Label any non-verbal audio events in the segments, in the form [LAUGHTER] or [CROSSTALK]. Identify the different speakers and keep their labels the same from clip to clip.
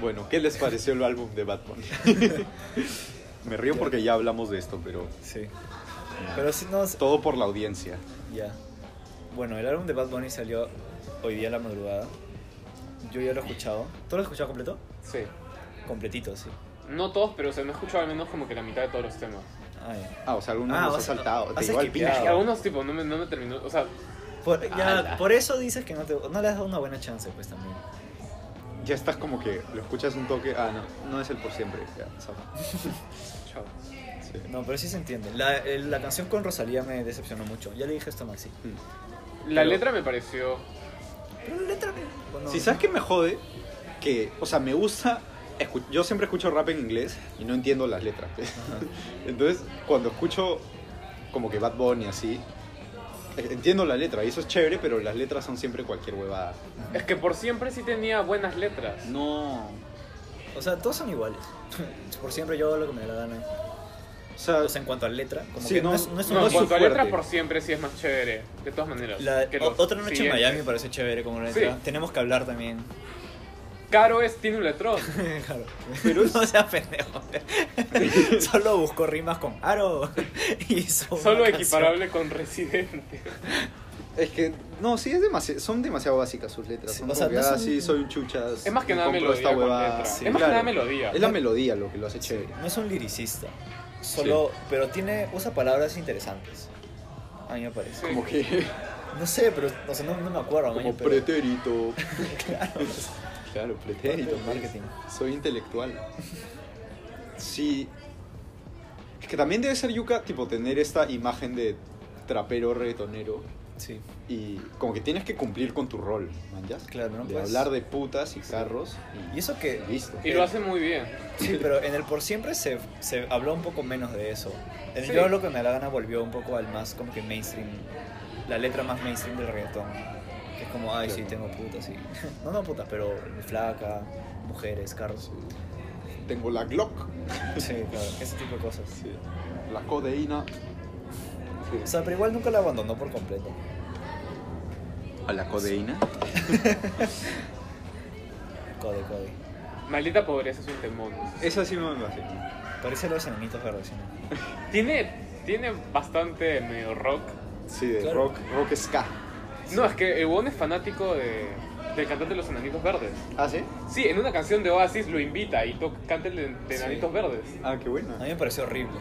Speaker 1: Bueno, ¿qué les pareció el álbum de Batman? [LAUGHS] Me río porque ya hablamos de esto, pero
Speaker 2: Sí. Pero si no. Ya.
Speaker 1: todo por la audiencia.
Speaker 2: Bueno, el álbum de Bad Bunny salió hoy día en la madrugada. Yo ya lo he escuchado. ¿Tú lo has escuchado completo?
Speaker 3: Sí.
Speaker 2: Completito, sí.
Speaker 3: No todos, pero se me he escuchado al menos como que la mitad de todos los temas.
Speaker 2: Ay.
Speaker 1: Ah, o sea, algunos
Speaker 2: Ah,
Speaker 1: nos
Speaker 2: o
Speaker 1: ha
Speaker 2: sea,
Speaker 1: saltado. Te
Speaker 2: has
Speaker 1: digo al
Speaker 2: esquipeado.
Speaker 1: pinche.
Speaker 3: Y algunos, tipo, no me, no me terminó. O sea,
Speaker 2: Por, ya,
Speaker 3: Ala.
Speaker 2: por eso dices que no, te, no le has dado una buena chance, pues también.
Speaker 1: Ya estás como que lo escuchas un toque. Ah, no, no es el por siempre. ya, ¿sabes?
Speaker 3: chao.
Speaker 1: Sí.
Speaker 2: No, pero sí se entiende. La, eh, la canción con Rosalía me decepcionó mucho. Ya le dije esto a Maxi.
Speaker 1: Mm.
Speaker 3: La
Speaker 2: Pero-
Speaker 3: letra me pareció.
Speaker 2: Pero la letra. bueno,
Speaker 1: Si sabes que me jode, que, o sea, me gusta. escu- Yo siempre escucho rap en inglés y no entiendo las letras.
Speaker 2: Ajá.
Speaker 1: [LAUGHS] Entonces, cuando escucho como que Bad Bunny así, eh, entiendo la letra y eso es chévere, pero las letras son siempre cualquier huevada.
Speaker 3: Es que por siempre sí tenía buenas letras.
Speaker 1: No.
Speaker 2: O sea, todos son iguales. [LAUGHS] Por siempre yo hago lo que me da la gana.
Speaker 1: O sea,
Speaker 2: O sea, en cuanto a letra, como
Speaker 1: Sí,
Speaker 2: que
Speaker 1: no-
Speaker 2: no, es, no es un
Speaker 3: No, en
Speaker 1: es su
Speaker 3: cuanto a
Speaker 1: fuerte.
Speaker 3: letras, por siempre sí es más chévere. De todas maneras.
Speaker 2: La-
Speaker 3: que
Speaker 2: o-
Speaker 3: los
Speaker 2: otra noche en
Speaker 3: siguientes.
Speaker 2: Miami me parece chévere como la letra.
Speaker 3: Sí.
Speaker 2: Tenemos que hablar también.
Speaker 3: Caro es, tiene un letrón.
Speaker 2: Claro. [LAUGHS] no seas pendejo. Solo busco rimas con aro. [LAUGHS] Y hizo una
Speaker 3: Solo
Speaker 2: canción.
Speaker 3: equiparable con Residente.
Speaker 1: es que, no, sí, es demasi- son demasiado básicas sus letras.
Speaker 2: Sí,
Speaker 1: son
Speaker 2: o sea,
Speaker 1: como que,
Speaker 2: no
Speaker 1: ah,
Speaker 2: son-
Speaker 1: sí, soy un chuchas.
Speaker 3: Es más que
Speaker 1: me
Speaker 3: nada
Speaker 1: compro
Speaker 3: melodía
Speaker 1: esta
Speaker 3: con
Speaker 1: huevada.
Speaker 3: letra.
Speaker 2: sí,
Speaker 3: es más que
Speaker 1: claro.
Speaker 3: nada melodía.
Speaker 1: Es la melodía lo que lo hace chévere.
Speaker 2: No es un liricista. Solo, pero tiene, usa palabras interesantes. A mí me parece.
Speaker 3: Sí.
Speaker 1: Como que,
Speaker 2: No sé, pero o sea, no, no me acuerdo.
Speaker 1: como
Speaker 2: maño, pero-
Speaker 1: pretérito.
Speaker 3: [LAUGHS]
Speaker 2: Claro.
Speaker 1: Claro, pretérito.
Speaker 2: Marketing.
Speaker 1: Soy intelectual. Sí. Es que también debe ser Yuka, tipo, tener esta imagen de trapero reggaetonero
Speaker 2: Sí.
Speaker 1: y como que tienes que cumplir con tu rol, ¿manjas?
Speaker 2: Claro, no
Speaker 1: De
Speaker 2: puedes-
Speaker 1: hablar de putas y carros y,
Speaker 2: Y eso que
Speaker 1: listo.
Speaker 3: Pues
Speaker 1: Eh,
Speaker 3: Y lo hace muy bien.
Speaker 2: Sí, pero en el por siempre se, se habló un poco menos de eso. En el
Speaker 3: Sí.
Speaker 2: Yo hablo que me da la gana volvió un poco al más como que mainstream, la letra más mainstream del reggaetón. Que es como, ay, sí, tengo
Speaker 1: Claro.
Speaker 2: putas, sí. [LAUGHS] No, no putas, pero flaca, mujeres, carros.
Speaker 1: Tengo la Glock,
Speaker 2: Sí, claro, ese tipo de cosas.
Speaker 1: la codeína.
Speaker 2: O sea, pero igual nunca la abandonó por completo.
Speaker 1: ¿A la codeína?
Speaker 2: Code, code.
Speaker 3: Maldita pobreza es un temón.
Speaker 1: Esa sí me hace.
Speaker 2: Parece los enanitos verdes, ¿no?
Speaker 3: Tiene, tiene bastante medio rock.
Speaker 1: Sí, de
Speaker 2: Claro.
Speaker 1: rock, rock ska.
Speaker 3: No, es que el Won es fanático de, del cantante de los Enanitos Verdes.
Speaker 1: ¿Ah, sí?
Speaker 3: Sí, en una canción de Oasis lo invita y toca, canta el de, de
Speaker 2: Sí.
Speaker 3: Enanitos Verdes.
Speaker 1: Ah, qué buena.
Speaker 2: A mí me pareció horrible.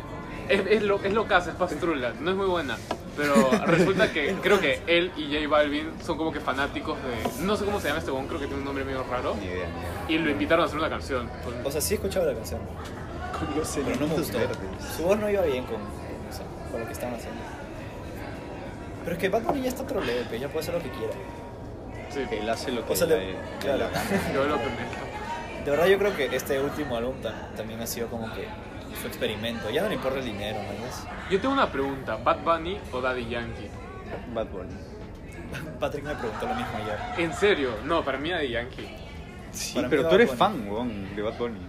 Speaker 3: Es, es lo, es lo que hace, es pastrula, no es muy buena. Pero resulta que creo que él y J Balvin son como que fanáticos de. No sé cómo se llama este Won, creo que tiene un nombre medio raro.
Speaker 1: Ni idea, ni idea.
Speaker 3: Y lo invitaron a hacer una canción. con-
Speaker 2: O sea, sí he escuchado la canción,
Speaker 1: Con los
Speaker 2: pero no me
Speaker 1: enanitos
Speaker 2: gustó.
Speaker 1: verdes.
Speaker 2: Su voz no iba bien con, con, eso, con lo que estaban haciendo. Pero es que Bad Bunny ya está troleo, que ya puede hacer lo que quiera.
Speaker 3: sí,
Speaker 1: Él hace lo que
Speaker 2: O sea,
Speaker 1: le
Speaker 2: le-
Speaker 1: le da
Speaker 2: claro.
Speaker 1: la gana.
Speaker 3: yo lo pendejo.
Speaker 2: De verdad yo creo que este último álbum tam- también ha sido como que su experimento. Ya no le importa el dinero, ¿no ves? [LAUGHS]
Speaker 3: Yo tengo una pregunta: ¿Bad Bunny o Daddy Yankee?
Speaker 1: Bad Bunny.
Speaker 2: Patrick me preguntó lo mismo ayer.
Speaker 3: En serio, no, para mí Daddy Yankee.
Speaker 1: Sí,
Speaker 2: Para mí
Speaker 1: pero
Speaker 2: Bad
Speaker 1: tú eres
Speaker 2: Bunny.
Speaker 1: fan, weón, de Bad Bunny.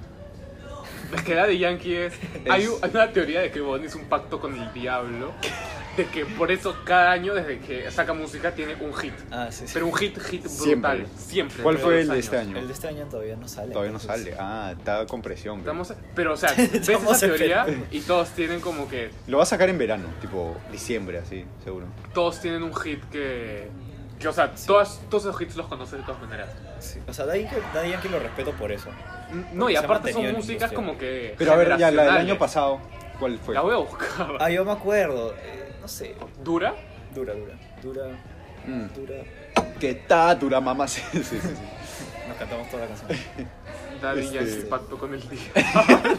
Speaker 3: Es que Daddy
Speaker 1: [LAUGHS]
Speaker 3: Yankee es. Hay, u- hay una teoría de que Bon es un pacto con el diablo. De que por eso cada año, desde que saca música, tiene un hit.
Speaker 2: Ah, sí, sí.
Speaker 3: Pero un hit, hit brutal.
Speaker 1: Siempre.
Speaker 3: Siempre.
Speaker 1: ¿Cuál
Speaker 3: todos
Speaker 1: fue
Speaker 3: los
Speaker 1: el de
Speaker 3: años.
Speaker 1: este año?
Speaker 2: El de este año todavía no sale.
Speaker 1: Todavía no
Speaker 2: entonces-
Speaker 1: sale. Ah, está con presión. weón.
Speaker 3: Estamos,
Speaker 1: [LAUGHS]
Speaker 3: pero, o sea, ves
Speaker 2: Estamos
Speaker 3: esa teoría
Speaker 2: esperando.
Speaker 3: y todos tienen como que.
Speaker 1: Lo va a sacar en verano, tipo diciembre, así, seguro.
Speaker 3: Todos tienen un hit que. que o sea, todas- todos esos hits los conoces de todas maneras.
Speaker 2: Sí. O sea, Daddy Yankee- Daddy Yankee lo respeto por eso.
Speaker 1: Mm,
Speaker 3: No, y
Speaker 2: Se ha mantenido
Speaker 3: aparte
Speaker 2: en
Speaker 3: son
Speaker 2: la
Speaker 3: músicas
Speaker 2: industria.
Speaker 3: como que.
Speaker 1: Pero a ver, ya la del año
Speaker 3: generacionales.
Speaker 1: pasado, pues. ¿cuál fue?
Speaker 3: La voy a buscar. [LAUGHS]
Speaker 2: Ah, yo me acuerdo. eh, no sé.
Speaker 3: ¿Dura?
Speaker 2: Dura, dura. Dura,
Speaker 1: Mm.
Speaker 2: dura.
Speaker 1: Que está dura mamá. [LAUGHS] Sí, sí, sí, sí.
Speaker 2: Nos cantamos toda la canción.
Speaker 3: Daddy
Speaker 1: Este-
Speaker 3: Yankee, pacto con el diablo.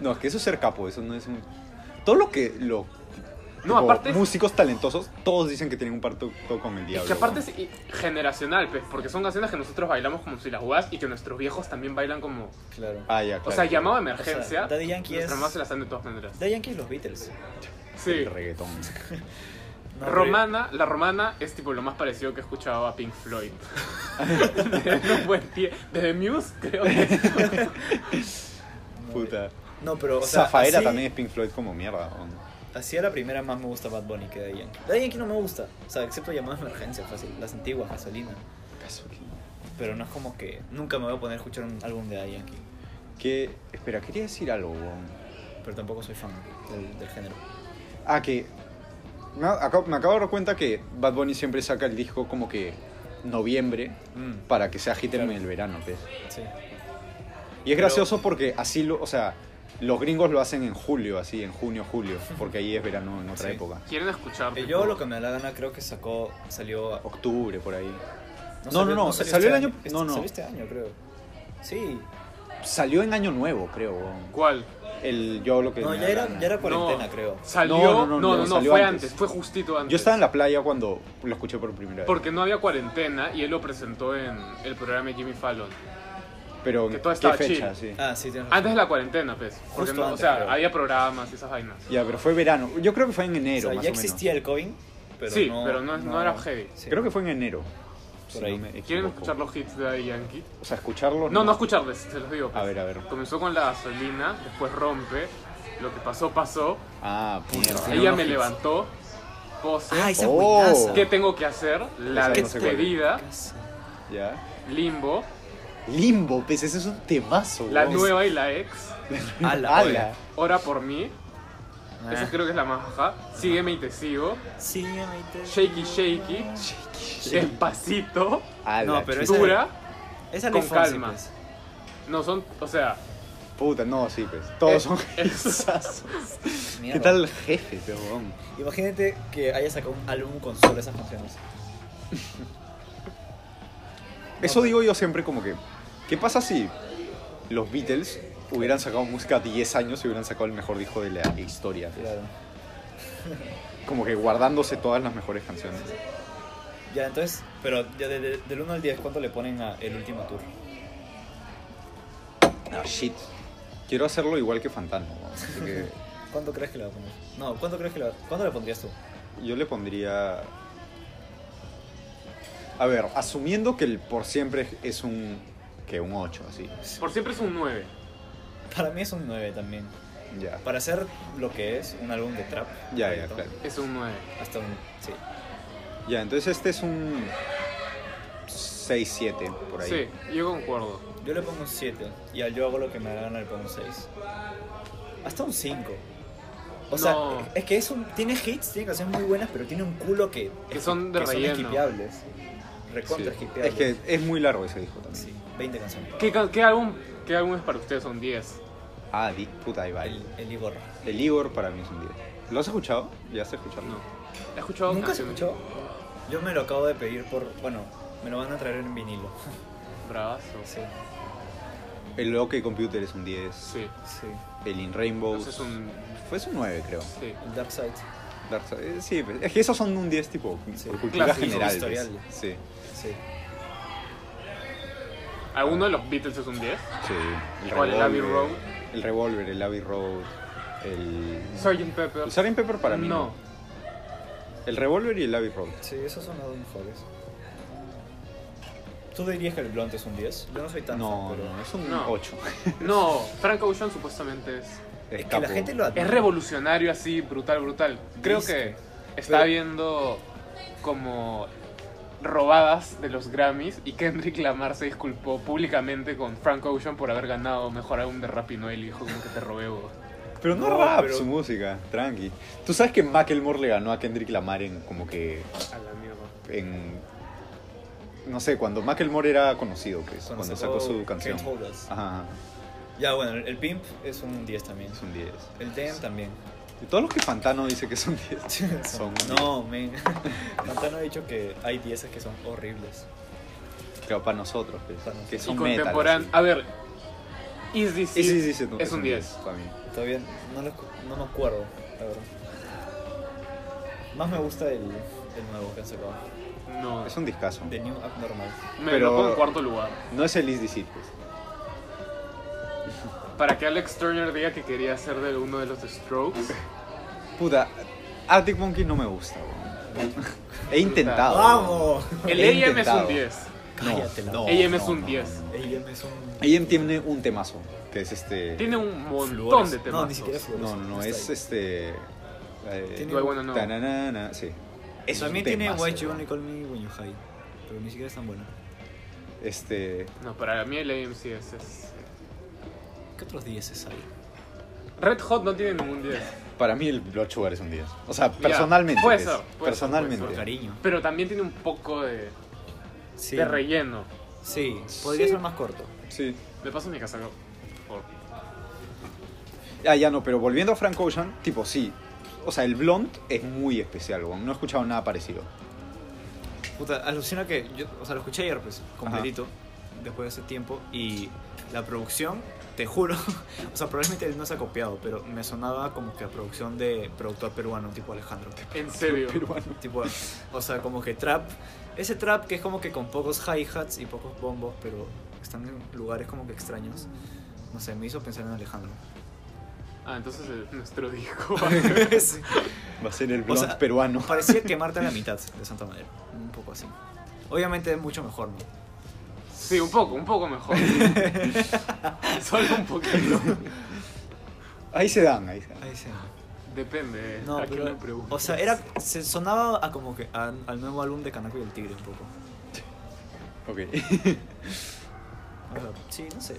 Speaker 1: No, es que eso es ser capo, eso no es un. Todo lo que lo.
Speaker 3: No,
Speaker 1: tipo,
Speaker 3: aparte es-
Speaker 1: Músicos talentosos, todos dicen que tienen un parto con el diablo.
Speaker 3: Y que aparte
Speaker 1: weón.
Speaker 3: es i- generacional, pues, porque son canciones que nosotros bailamos como si las jugás y que nuestros viejos también bailan como.
Speaker 2: Claro.
Speaker 1: Ah, ya, claro.
Speaker 3: O sea, llamado a
Speaker 2: sea,
Speaker 3: emergencia.
Speaker 2: Daddy Yankee
Speaker 3: nuestras
Speaker 2: es-
Speaker 3: mamás se las dan de todas maneras.
Speaker 2: Daddy Yankee y los Beatles.
Speaker 3: Sí.
Speaker 1: El reggaetón.
Speaker 2: No,
Speaker 3: Romana, la romana es tipo lo más parecido que he escuchado a Pink Floyd. [LAUGHS] desde, un buen tie- desde Muse,
Speaker 2: [LAUGHS]
Speaker 3: creo que.
Speaker 2: pero-
Speaker 1: Puta.
Speaker 2: No, pero. O sea,
Speaker 1: Zafaera
Speaker 2: así-
Speaker 1: también es Pink Floyd como mierda. weón.
Speaker 2: Así a la primera más me gusta Bad Bunny que Daddy Yankee. Daddy Yankee no me gusta, o sea, excepto llamadas de emergencia, fácil. Las antiguas, gasolina.
Speaker 1: Caso que-
Speaker 2: pero no es como que nunca me voy a poner a escuchar un álbum de Daddy Yankee.
Speaker 1: Que, espera, quería decir algo, weón.
Speaker 2: Pero tampoco soy fan del, del género.
Speaker 1: Ah, que me acabo, me acabo de dar cuenta que Bad Bunny siempre saca el disco como que noviembre
Speaker 2: Mm,
Speaker 1: para que se agiten
Speaker 2: Claro.
Speaker 1: en el verano, pues.
Speaker 2: sí.
Speaker 1: Y es
Speaker 2: Pero-
Speaker 1: gracioso porque así lo, o sea, los gringos lo hacen en julio, así, en junio, julio, porque ahí es verano en otra
Speaker 2: Sí.
Speaker 1: época.
Speaker 3: Quieren escuchar.
Speaker 2: Eh,
Speaker 3: tipo,
Speaker 2: Yo lo que me da la gana creo que sacó, salió...
Speaker 1: Octubre, por ahí. No, no, no, salió el año-
Speaker 2: este-
Speaker 1: no, no.
Speaker 2: Salió este año, creo. Sí.
Speaker 1: Salió en Año Nuevo, creo. weón.
Speaker 3: ¿Cuál?
Speaker 1: El yo lo que
Speaker 2: No,
Speaker 1: me
Speaker 2: ya
Speaker 1: da
Speaker 2: era,
Speaker 1: gana.
Speaker 2: ya era cuarentena,
Speaker 3: No.
Speaker 2: creo.
Speaker 3: Salió.
Speaker 1: No, no,
Speaker 3: No,
Speaker 1: no,
Speaker 3: no,
Speaker 1: no,
Speaker 3: no,
Speaker 1: salió
Speaker 3: fue
Speaker 1: antes.
Speaker 3: antes. fue justito antes.
Speaker 1: Yo estaba en la playa cuando lo escuché por primera vez.
Speaker 3: Porque no había cuarentena y él lo presentó en el programa de Jimmy Fallon.
Speaker 1: pero
Speaker 3: que todo
Speaker 1: qué
Speaker 3: estaba
Speaker 1: fecha, sí.
Speaker 2: Ah, sí, tienes razón.
Speaker 3: Antes de la cuarentena, pues. Porque
Speaker 2: Justo
Speaker 3: no,
Speaker 2: antes,
Speaker 3: o sea,
Speaker 2: creo.
Speaker 3: había programas y esas vainas.
Speaker 1: Ya, pero fue verano. Yo creo que fue en
Speaker 2: O
Speaker 1: enero,
Speaker 2: sea,
Speaker 1: más o
Speaker 2: ya
Speaker 1: menos.
Speaker 2: existía el COVID, pero
Speaker 3: Sí,
Speaker 2: no...
Speaker 3: pero no es- no era heavy.
Speaker 2: Sí.
Speaker 1: Creo que fue en enero. si
Speaker 2: ahí.
Speaker 1: no me
Speaker 3: ¿Quieren
Speaker 1: equivoco.
Speaker 3: escuchar los hits de Daddy Yankee?
Speaker 1: O sea, escucharlo.
Speaker 3: No, no escucharles, se los digo. pues.
Speaker 1: A ver, a ver.
Speaker 3: Comenzó con la gasolina, después rompe. Lo que pasó, pasó.
Speaker 1: Ah,
Speaker 2: Mierda.
Speaker 1: mierda.
Speaker 3: Ella
Speaker 2: unos
Speaker 3: me
Speaker 2: hits.
Speaker 3: levantó. Pose.
Speaker 2: Ah, esa
Speaker 1: Oh.
Speaker 2: buenaza.
Speaker 3: ¿Qué tengo que hacer?
Speaker 1: Esa
Speaker 3: La
Speaker 1: no sé cuál es.
Speaker 3: despedida.
Speaker 1: Ya.
Speaker 3: Limbo.
Speaker 1: Limbo, pues ese es un temazo.
Speaker 3: La
Speaker 1: weón.
Speaker 3: nueva y la ex.
Speaker 2: Ala,
Speaker 1: Ala.
Speaker 3: Ora por mí.
Speaker 2: Ah.
Speaker 3: Esa creo que es la más baja. Sígueme y te sigo.
Speaker 2: Sí, amiguito.
Speaker 3: Shaky Shaky. Despacito.
Speaker 1: Ala,
Speaker 2: No, pero
Speaker 1: chuta.
Speaker 2: esa-
Speaker 3: Dura.
Speaker 2: Esa
Speaker 3: Con
Speaker 2: Luis Fonsi,
Speaker 3: calma.
Speaker 2: pues.
Speaker 3: No son. O sea.
Speaker 1: Puta, no, sí, pues. Todos
Speaker 3: eh,
Speaker 1: son [LAUGHS]
Speaker 3: es-
Speaker 1: hitsazos. ¿Qué
Speaker 2: [LAUGHS] Mierda.
Speaker 1: tal el jefe, este pe, weón?
Speaker 2: Imagínate que haya sacado un álbum con solo esas canciones.
Speaker 1: Eso digo yo siempre como que, ¿qué pasa si los Beatles hubieran sacado música 10 años y hubieran sacado el mejor disco de la historia?
Speaker 2: Claro.
Speaker 1: Como que guardándose todas las mejores canciones.
Speaker 2: Ya, entonces, pero ya de- de- del 1 al 10, ¿cuánto le ponen a el último tour?
Speaker 1: Ah, shit. Quiero hacerlo igual que Fantano. weón, así que
Speaker 2: ¿Cuánto crees que le va a poner? No, ¿cuánto crees que le va ¿Cuánto le pondrías tú?
Speaker 1: yo le pondría... A ver, asumiendo que el por siempre es un... que un 8, así.
Speaker 3: Por siempre es un 9.
Speaker 2: Para mí es un 9 también.
Speaker 1: Ya.
Speaker 2: Para ser lo que es, un álbum de trap.
Speaker 1: Ya, ya,
Speaker 2: reggaetón,
Speaker 1: claro.
Speaker 3: Es un 9.
Speaker 2: Hasta un. Sí.
Speaker 1: Ya, entonces este es un 6-7 por ahí.
Speaker 3: Sí, yo concuerdo.
Speaker 2: Yo le pongo un 7 y al yo hago lo que me gana le pongo un 6. Hasta un 5. O sea,
Speaker 3: No.
Speaker 2: es que es un, tiene hits, tiene canciones muy buenas, pero tiene un culo que,
Speaker 3: Que son de
Speaker 2: que
Speaker 3: relleno.
Speaker 2: Son esquipeables.
Speaker 1: Sí.
Speaker 2: Recontra
Speaker 1: Es
Speaker 2: esquipeables.
Speaker 1: que es muy largo ese disco también.
Speaker 2: Sí, 20 canciones.
Speaker 3: ¿Qué, ca- qué álbum, ¿Qué álbumes para ustedes son 10?
Speaker 1: Ah, di, puta, ahí va.
Speaker 2: El, el Igor.
Speaker 1: El Igor para mí es un 10. ¿Lo has escuchado? ¿Ya has escuchado?
Speaker 3: No. ¿He escuchado
Speaker 2: ¿Nunca se
Speaker 3: canciones
Speaker 2: escuchó? Yo me lo acabo de pedir por. Bueno, me lo van a traer en vinilo. [LAUGHS]
Speaker 3: Bravazos.
Speaker 2: Sí,
Speaker 1: El OK Computer es un 10.
Speaker 3: Sí.
Speaker 2: sí.
Speaker 1: El In Rainbows.
Speaker 3: Entonces es un.
Speaker 1: Fue su 9, creo.
Speaker 3: Sí.
Speaker 2: El Dark Side.
Speaker 1: Dark Side- eh, sí, pero es que esos son un 10 tipo
Speaker 2: Sí.
Speaker 1: por cultura
Speaker 3: Clásico,
Speaker 1: general.
Speaker 2: historial.
Speaker 1: pues. Sí,
Speaker 2: Sí.
Speaker 3: ¿Alguno de los Beatles es un 10?
Speaker 1: sí.
Speaker 3: ¿Cuál, el Abbey
Speaker 1: Revolver,
Speaker 3: Road?
Speaker 1: El Revolver, el Abbey Road. El.
Speaker 3: Sgt. Pepper.
Speaker 1: El Sgt. Pepper para mí.
Speaker 3: No.
Speaker 1: El Revolver y el Abbey Road.
Speaker 2: Sí, esos son los dos mejores. ¿Tú dirías que el Blunt es un 10? Yo no soy tan
Speaker 1: No,
Speaker 2: fan, pero.
Speaker 1: no, es un
Speaker 3: No.
Speaker 1: 8.
Speaker 3: No, Frank Ocean supuestamente es.
Speaker 2: Es que la gente lo admira.
Speaker 3: Es revolucionario así, brutal, brutal. Creo que
Speaker 2: Disque.
Speaker 3: está
Speaker 2: Pero-
Speaker 3: viendo como robadas de los Grammys y Kendrick Lamar se disculpó públicamente con Frank Ocean por haber ganado mejor álbum de rap y Noel y dijo como que te robé vos.
Speaker 1: Pero no,
Speaker 2: No,
Speaker 1: rap
Speaker 2: pero-
Speaker 1: su música, tranqui. Tú sabes que Macklemore le ganó a Kendrick Lamar en como que
Speaker 3: A la mierda.
Speaker 1: en no sé, cuando Macklemore era conocido, pues, cuando, sacó, su canción. Ah.
Speaker 2: Can't Hold Us.
Speaker 1: Ajá, ajá,
Speaker 2: Ya, bueno, el el Pimp es un 10 también.
Speaker 1: es un 10.
Speaker 2: El Damn también.
Speaker 1: De todos los que Fantano dice que son [LAUGHS] 10, [LAUGHS] son un 10.
Speaker 2: No, men. [LAUGHS] Pantano ha dicho que hay 10 que son horribles.
Speaker 1: Claro, para nosotros, pues,
Speaker 2: Para nosotros.
Speaker 1: que
Speaker 3: Y
Speaker 1: son
Speaker 3: contemporáneo.
Speaker 1: metal. así.
Speaker 3: A ver, Is This
Speaker 1: Sí, sí,
Speaker 3: It
Speaker 1: sí, sí, no,
Speaker 3: es un 10.
Speaker 1: para mí.
Speaker 2: Todavía no, lo escu- no me acuerdo, la verdad. Más me gusta el, el nuevo que han sacado.
Speaker 3: No,
Speaker 1: Es un discazo.
Speaker 2: The New Abnormal.
Speaker 3: me
Speaker 1: pero-
Speaker 3: lo pongo en cuarto lugar.
Speaker 1: No es el Easy Seat, pues.
Speaker 3: Para que Alex Turner diga que quería ser de uno de los Strokes. [LAUGHS]
Speaker 1: Puta, Arctic Monkey no me gusta, weón. [LAUGHS] He intentado.
Speaker 2: ¡Vamos! [LAUGHS]
Speaker 1: weón.
Speaker 3: El
Speaker 1: He
Speaker 3: AM es
Speaker 1: intentado.
Speaker 3: un 10.
Speaker 2: Cállate la
Speaker 1: no, no,
Speaker 2: boca.
Speaker 3: AM es
Speaker 1: no,
Speaker 3: un
Speaker 1: no,
Speaker 3: 10.
Speaker 1: no.
Speaker 2: AM Em es un.
Speaker 1: AM tiene un temazo, que es este...
Speaker 3: Tiene un montón
Speaker 2: Flores.
Speaker 3: de temas.
Speaker 2: No, ni siquiera flores.
Speaker 1: No, no, no, es
Speaker 2: Está ahí.
Speaker 1: este... eh,
Speaker 2: Tiene-
Speaker 3: bueno, no.
Speaker 1: tananana, sí. Es un
Speaker 2: También tiene
Speaker 1: temazo,
Speaker 2: White You
Speaker 1: weón.
Speaker 2: Only Call Me When You High. Pero ni siquiera es tan bueno.
Speaker 1: Este.
Speaker 3: No, para mí el AMC es, es-
Speaker 2: ¿Qué otros 10 hay?
Speaker 3: Red Hot no tiene ningún 10.
Speaker 1: Para mí el Blood Sugar es un 10. O sea, personalmente.
Speaker 3: puede
Speaker 1: pues,
Speaker 3: ser, puede ser, puede
Speaker 1: personalmente.
Speaker 2: Por cariño.
Speaker 3: Pero también tiene un poco de,
Speaker 2: Sí.
Speaker 3: de relleno.
Speaker 2: Sí, podría
Speaker 1: Sí.
Speaker 2: ser más corto.
Speaker 1: sí.
Speaker 3: Me paso mi casaco. Por...
Speaker 1: Ah, ya no, pero volviendo a Frank Ocean, tipo, sí. O sea, el Blonde es muy especial, weón. No he escuchado nada parecido.
Speaker 2: Puta, alucina que yo, o sea, lo escuché ayer, pues, completito, después de ese tiempo, y la producción, te juro, [LAUGHS] o sea, probablemente él no se ha copiado, pero me sonaba como que a producción de productor peruano, tipo Alejandro.
Speaker 3: En serio.
Speaker 2: Tipo, o sea, como que trap, ese trap que es como que con pocos hi-hats y pocos bombos, pero están en lugares como que extraños. No sé, me hizo pensar en Alejandro.
Speaker 3: Ah, entonces eh, nuestro disco. [LAUGHS]
Speaker 2: Sí.
Speaker 1: Va a ser el Blonde
Speaker 2: sea,
Speaker 1: peruano.
Speaker 2: Parecía quemarte a la mitad, de Santa Madera. Un poco así. Obviamente es mucho mejor, ¿no?
Speaker 3: sí, un poco, un poco [LAUGHS] mejor. Solo un poquito.
Speaker 1: Ahí se dan, ahí se dan.
Speaker 2: Ahí se
Speaker 3: Depende. eh.
Speaker 2: No,
Speaker 3: a quién
Speaker 2: pero,
Speaker 3: le pregunto.
Speaker 2: o sea, era, se sonaba a como que a- al nuevo álbum de Canaco y el Tigre un poco.
Speaker 1: Ok.
Speaker 2: O sea, sí, no sé.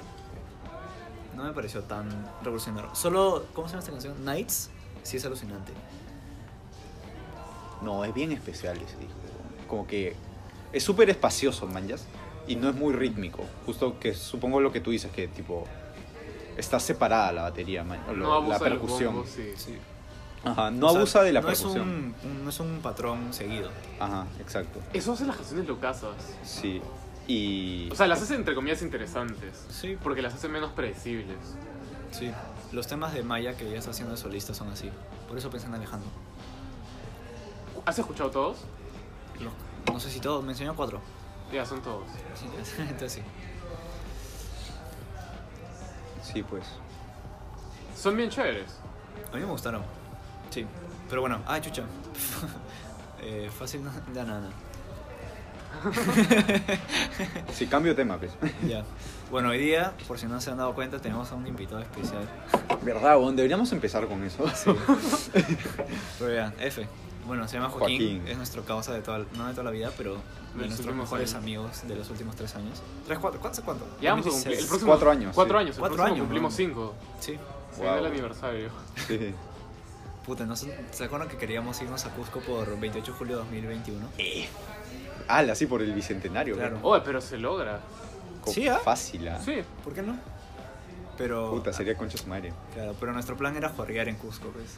Speaker 2: No me pareció tan revolucionario. Solo, ¿cómo se llama esta canción? Nights. Sí es alucinante.
Speaker 1: No, es bien especial ese disco. weón. Como que es súper espacioso, manjas. Y no es muy rítmico. Justo que supongo lo que tú dices, que tipo. Está separada la batería, man- o lo-
Speaker 3: no abusa
Speaker 1: la
Speaker 3: de los
Speaker 1: percusión.
Speaker 3: bombos, sí.
Speaker 1: Ajá, no
Speaker 2: O sea,
Speaker 1: abusa de la
Speaker 2: no
Speaker 1: percusión.
Speaker 2: Es un, un- no es un patrón seguido.
Speaker 1: Ajá, exacto.
Speaker 3: Eso hace las canciones locasas.
Speaker 1: Sí. Y.
Speaker 3: O sea, las hace entre comillas interesantes.
Speaker 2: Sí,
Speaker 3: Porque las hace menos predecibles.
Speaker 2: sí. Los temas de Maya que ella está haciendo de solista son así. Por eso pensé en Alejandro.
Speaker 3: ¿Has escuchado todos?
Speaker 2: Los- no sé si todos, me enseñó cuatro.
Speaker 3: Ya, son todos.
Speaker 2: Sí, [LAUGHS] Entonces sí.
Speaker 1: sí, pues.
Speaker 3: Son bien chéveres.
Speaker 2: A mí me gustaron. Sí. Pero bueno, ah, chucha. [LAUGHS] Eh, fácil, [LAUGHS] no, ya nada.
Speaker 1: Sí, cambio de
Speaker 2: [LAUGHS]
Speaker 1: tema, pues.
Speaker 2: Ya. Bueno, hoy día, por si no se han dado cuenta, tenemos a un invitado especial.
Speaker 1: ¿Verdad, weón? Deberíamos empezar con [LAUGHS] eso.
Speaker 2: Pero ya, F. Bueno, se llama Joaquín,
Speaker 1: Joaquín.
Speaker 2: es nuestro causa de toda, no de toda la vida, pero
Speaker 3: De
Speaker 2: de
Speaker 3: los
Speaker 2: nuestros
Speaker 3: últimos
Speaker 2: mejores
Speaker 3: años.
Speaker 2: amigos de los últimos tres años. ¿Tres, cuatro? ¿Cuánto? ¿Cuánto?
Speaker 3: Ya vamos a cumplir.
Speaker 2: 2016.
Speaker 3: El próximo,
Speaker 1: Cuatro años,
Speaker 3: Cuatro
Speaker 1: sí.
Speaker 3: años. El
Speaker 2: Cuatro
Speaker 3: próximo
Speaker 2: años,
Speaker 3: cumplimos
Speaker 2: ¿no?
Speaker 3: cinco.
Speaker 2: Sí.
Speaker 3: Se viene el
Speaker 1: Wow.
Speaker 3: aniversario.
Speaker 1: Sí.
Speaker 2: Puta, ¿no se, se acuerdan que queríamos irnos a Cusco por 28 de julio de 2021?
Speaker 1: Ala, sí, por el bicentenario.
Speaker 2: Claro.
Speaker 1: weón.
Speaker 3: Oh, pero se logra.
Speaker 1: Co-
Speaker 2: Sí, ¿ah?
Speaker 1: Fácil, ¿ah?
Speaker 3: Sí.
Speaker 2: ¿Por qué no? Pero...
Speaker 1: Puta, sería concha su madre.
Speaker 2: Claro, pero nuestro plan era juerguear en Cusco, pues.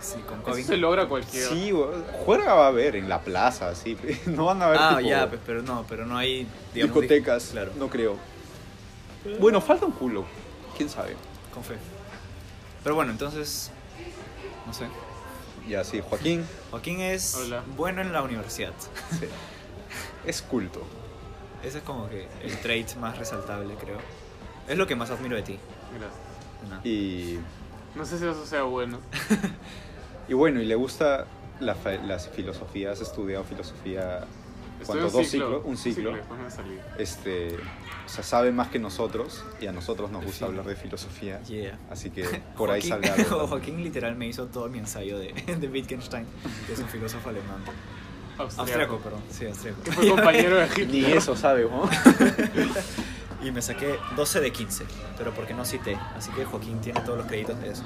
Speaker 2: Sí, con
Speaker 3: Eso
Speaker 2: COVID.
Speaker 3: se logra cualquiera.
Speaker 1: Sí, weón. Juerga va a haber en la plaza, sí. [LAUGHS] No van a haber
Speaker 2: Ah,
Speaker 1: tipo,
Speaker 2: ya, pues, pero no, pero no hay... digamos,
Speaker 1: discotecas.
Speaker 2: dis- Claro,
Speaker 1: No creo. Bueno, falta un culo. ¿Quién sabe?
Speaker 2: con fe. Pero bueno, entonces... No sé.
Speaker 1: Ya, sí,
Speaker 2: [LAUGHS]
Speaker 1: Joaquín
Speaker 2: Joaquín es
Speaker 3: Hola.
Speaker 2: bueno en la universidad. [LAUGHS]
Speaker 1: sí. es culto.
Speaker 2: Ese es como que el trait más resaltable, creo. Es lo que más admiro de ti.
Speaker 3: Gracias.
Speaker 2: Nada.
Speaker 1: Y,
Speaker 3: No sé si eso sea bueno.
Speaker 1: y bueno, y le gusta la fa- las filosofías. Has estudiado filosofía
Speaker 3: Estoy
Speaker 1: cuando
Speaker 3: en
Speaker 1: dos ciclos, un ciclo.
Speaker 3: después me salí.
Speaker 1: este, o sea, sabe más que nosotros y a nosotros nos
Speaker 2: El
Speaker 1: gusta
Speaker 2: fin.
Speaker 1: hablar de filosofía.
Speaker 2: Yeah.
Speaker 1: Así
Speaker 2: [LAUGHS]
Speaker 1: que por ahí
Speaker 2: Joaquín-
Speaker 1: saldrá.
Speaker 2: [LAUGHS]
Speaker 1: algo también.
Speaker 2: Joaquín literal me hizo todo mi ensayo de, [LAUGHS] de Wittgenstein, que es un filósofo alemán. Austriaco,
Speaker 3: Austriaco.
Speaker 2: perdón. Sí, austriaco.
Speaker 3: Que fue compañero
Speaker 1: [LAUGHS]
Speaker 3: de Hitler.
Speaker 1: Ni eso sabe, ¿no? [LAUGHS]
Speaker 2: Y me saqué 12 de 15, pero porque no cité. Así que Joaquín tiene todos los créditos de eso.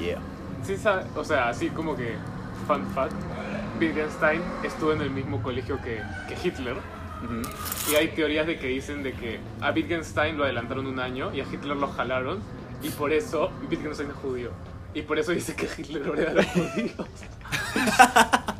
Speaker 1: Yeah.
Speaker 3: Sí, sabe- o sea, así como que fun fact. Wittgenstein estuvo en el mismo colegio que, que Hitler
Speaker 2: [LAUGHS]
Speaker 1: Ujú.
Speaker 3: y hay teorías de que dicen de que a Wittgenstein lo adelantaron un año y a Hitler lo jalaron y por eso Wittgenstein es judío y por eso dice que Hitler orea a los judíos.
Speaker 1: [LAUGHS]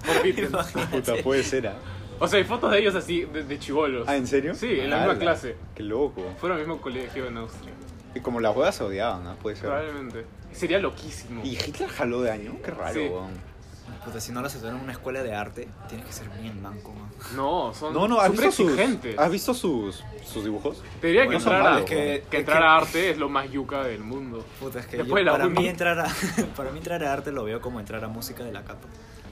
Speaker 3: Por Wittgenstein.
Speaker 1: Puta, puede ser. ¿ah?
Speaker 3: O sea, hay fotos de ellos así de, de chivolos.
Speaker 1: Ah, ¿en serio?
Speaker 3: Sí, en la misma
Speaker 1: Ala,
Speaker 3: clase.
Speaker 1: Qué loco.
Speaker 3: Fueron al mismo colegio en Austria.
Speaker 1: Y como las huevas se odiaban, ¿ah? Puede ser.
Speaker 3: Probablemente. Sería loquísimo.
Speaker 1: ¿Y Hitler jaló de año? Qué raro,
Speaker 3: Sí.
Speaker 1: weón.
Speaker 2: Puta, si no lo aceptaron en una escuela de arte, tienes que ser bien manco, man.
Speaker 3: No, son
Speaker 1: No, no, ¿has
Speaker 3: súper
Speaker 1: visto, sus,
Speaker 3: exigentes.
Speaker 1: ¿has visto sus, sus dibujos?
Speaker 3: Te diría
Speaker 2: Bueno,
Speaker 3: que entrar, a,
Speaker 1: es
Speaker 2: que-
Speaker 3: que,
Speaker 2: es
Speaker 3: entrar
Speaker 2: que-
Speaker 3: a arte es lo más yuca del mundo.
Speaker 2: Puta, es que
Speaker 3: Después
Speaker 2: yo-
Speaker 3: la
Speaker 2: para,
Speaker 3: uni.
Speaker 2: mí entrar a, [LAUGHS] para mí entrar a arte lo veo como entrar a música de la capa.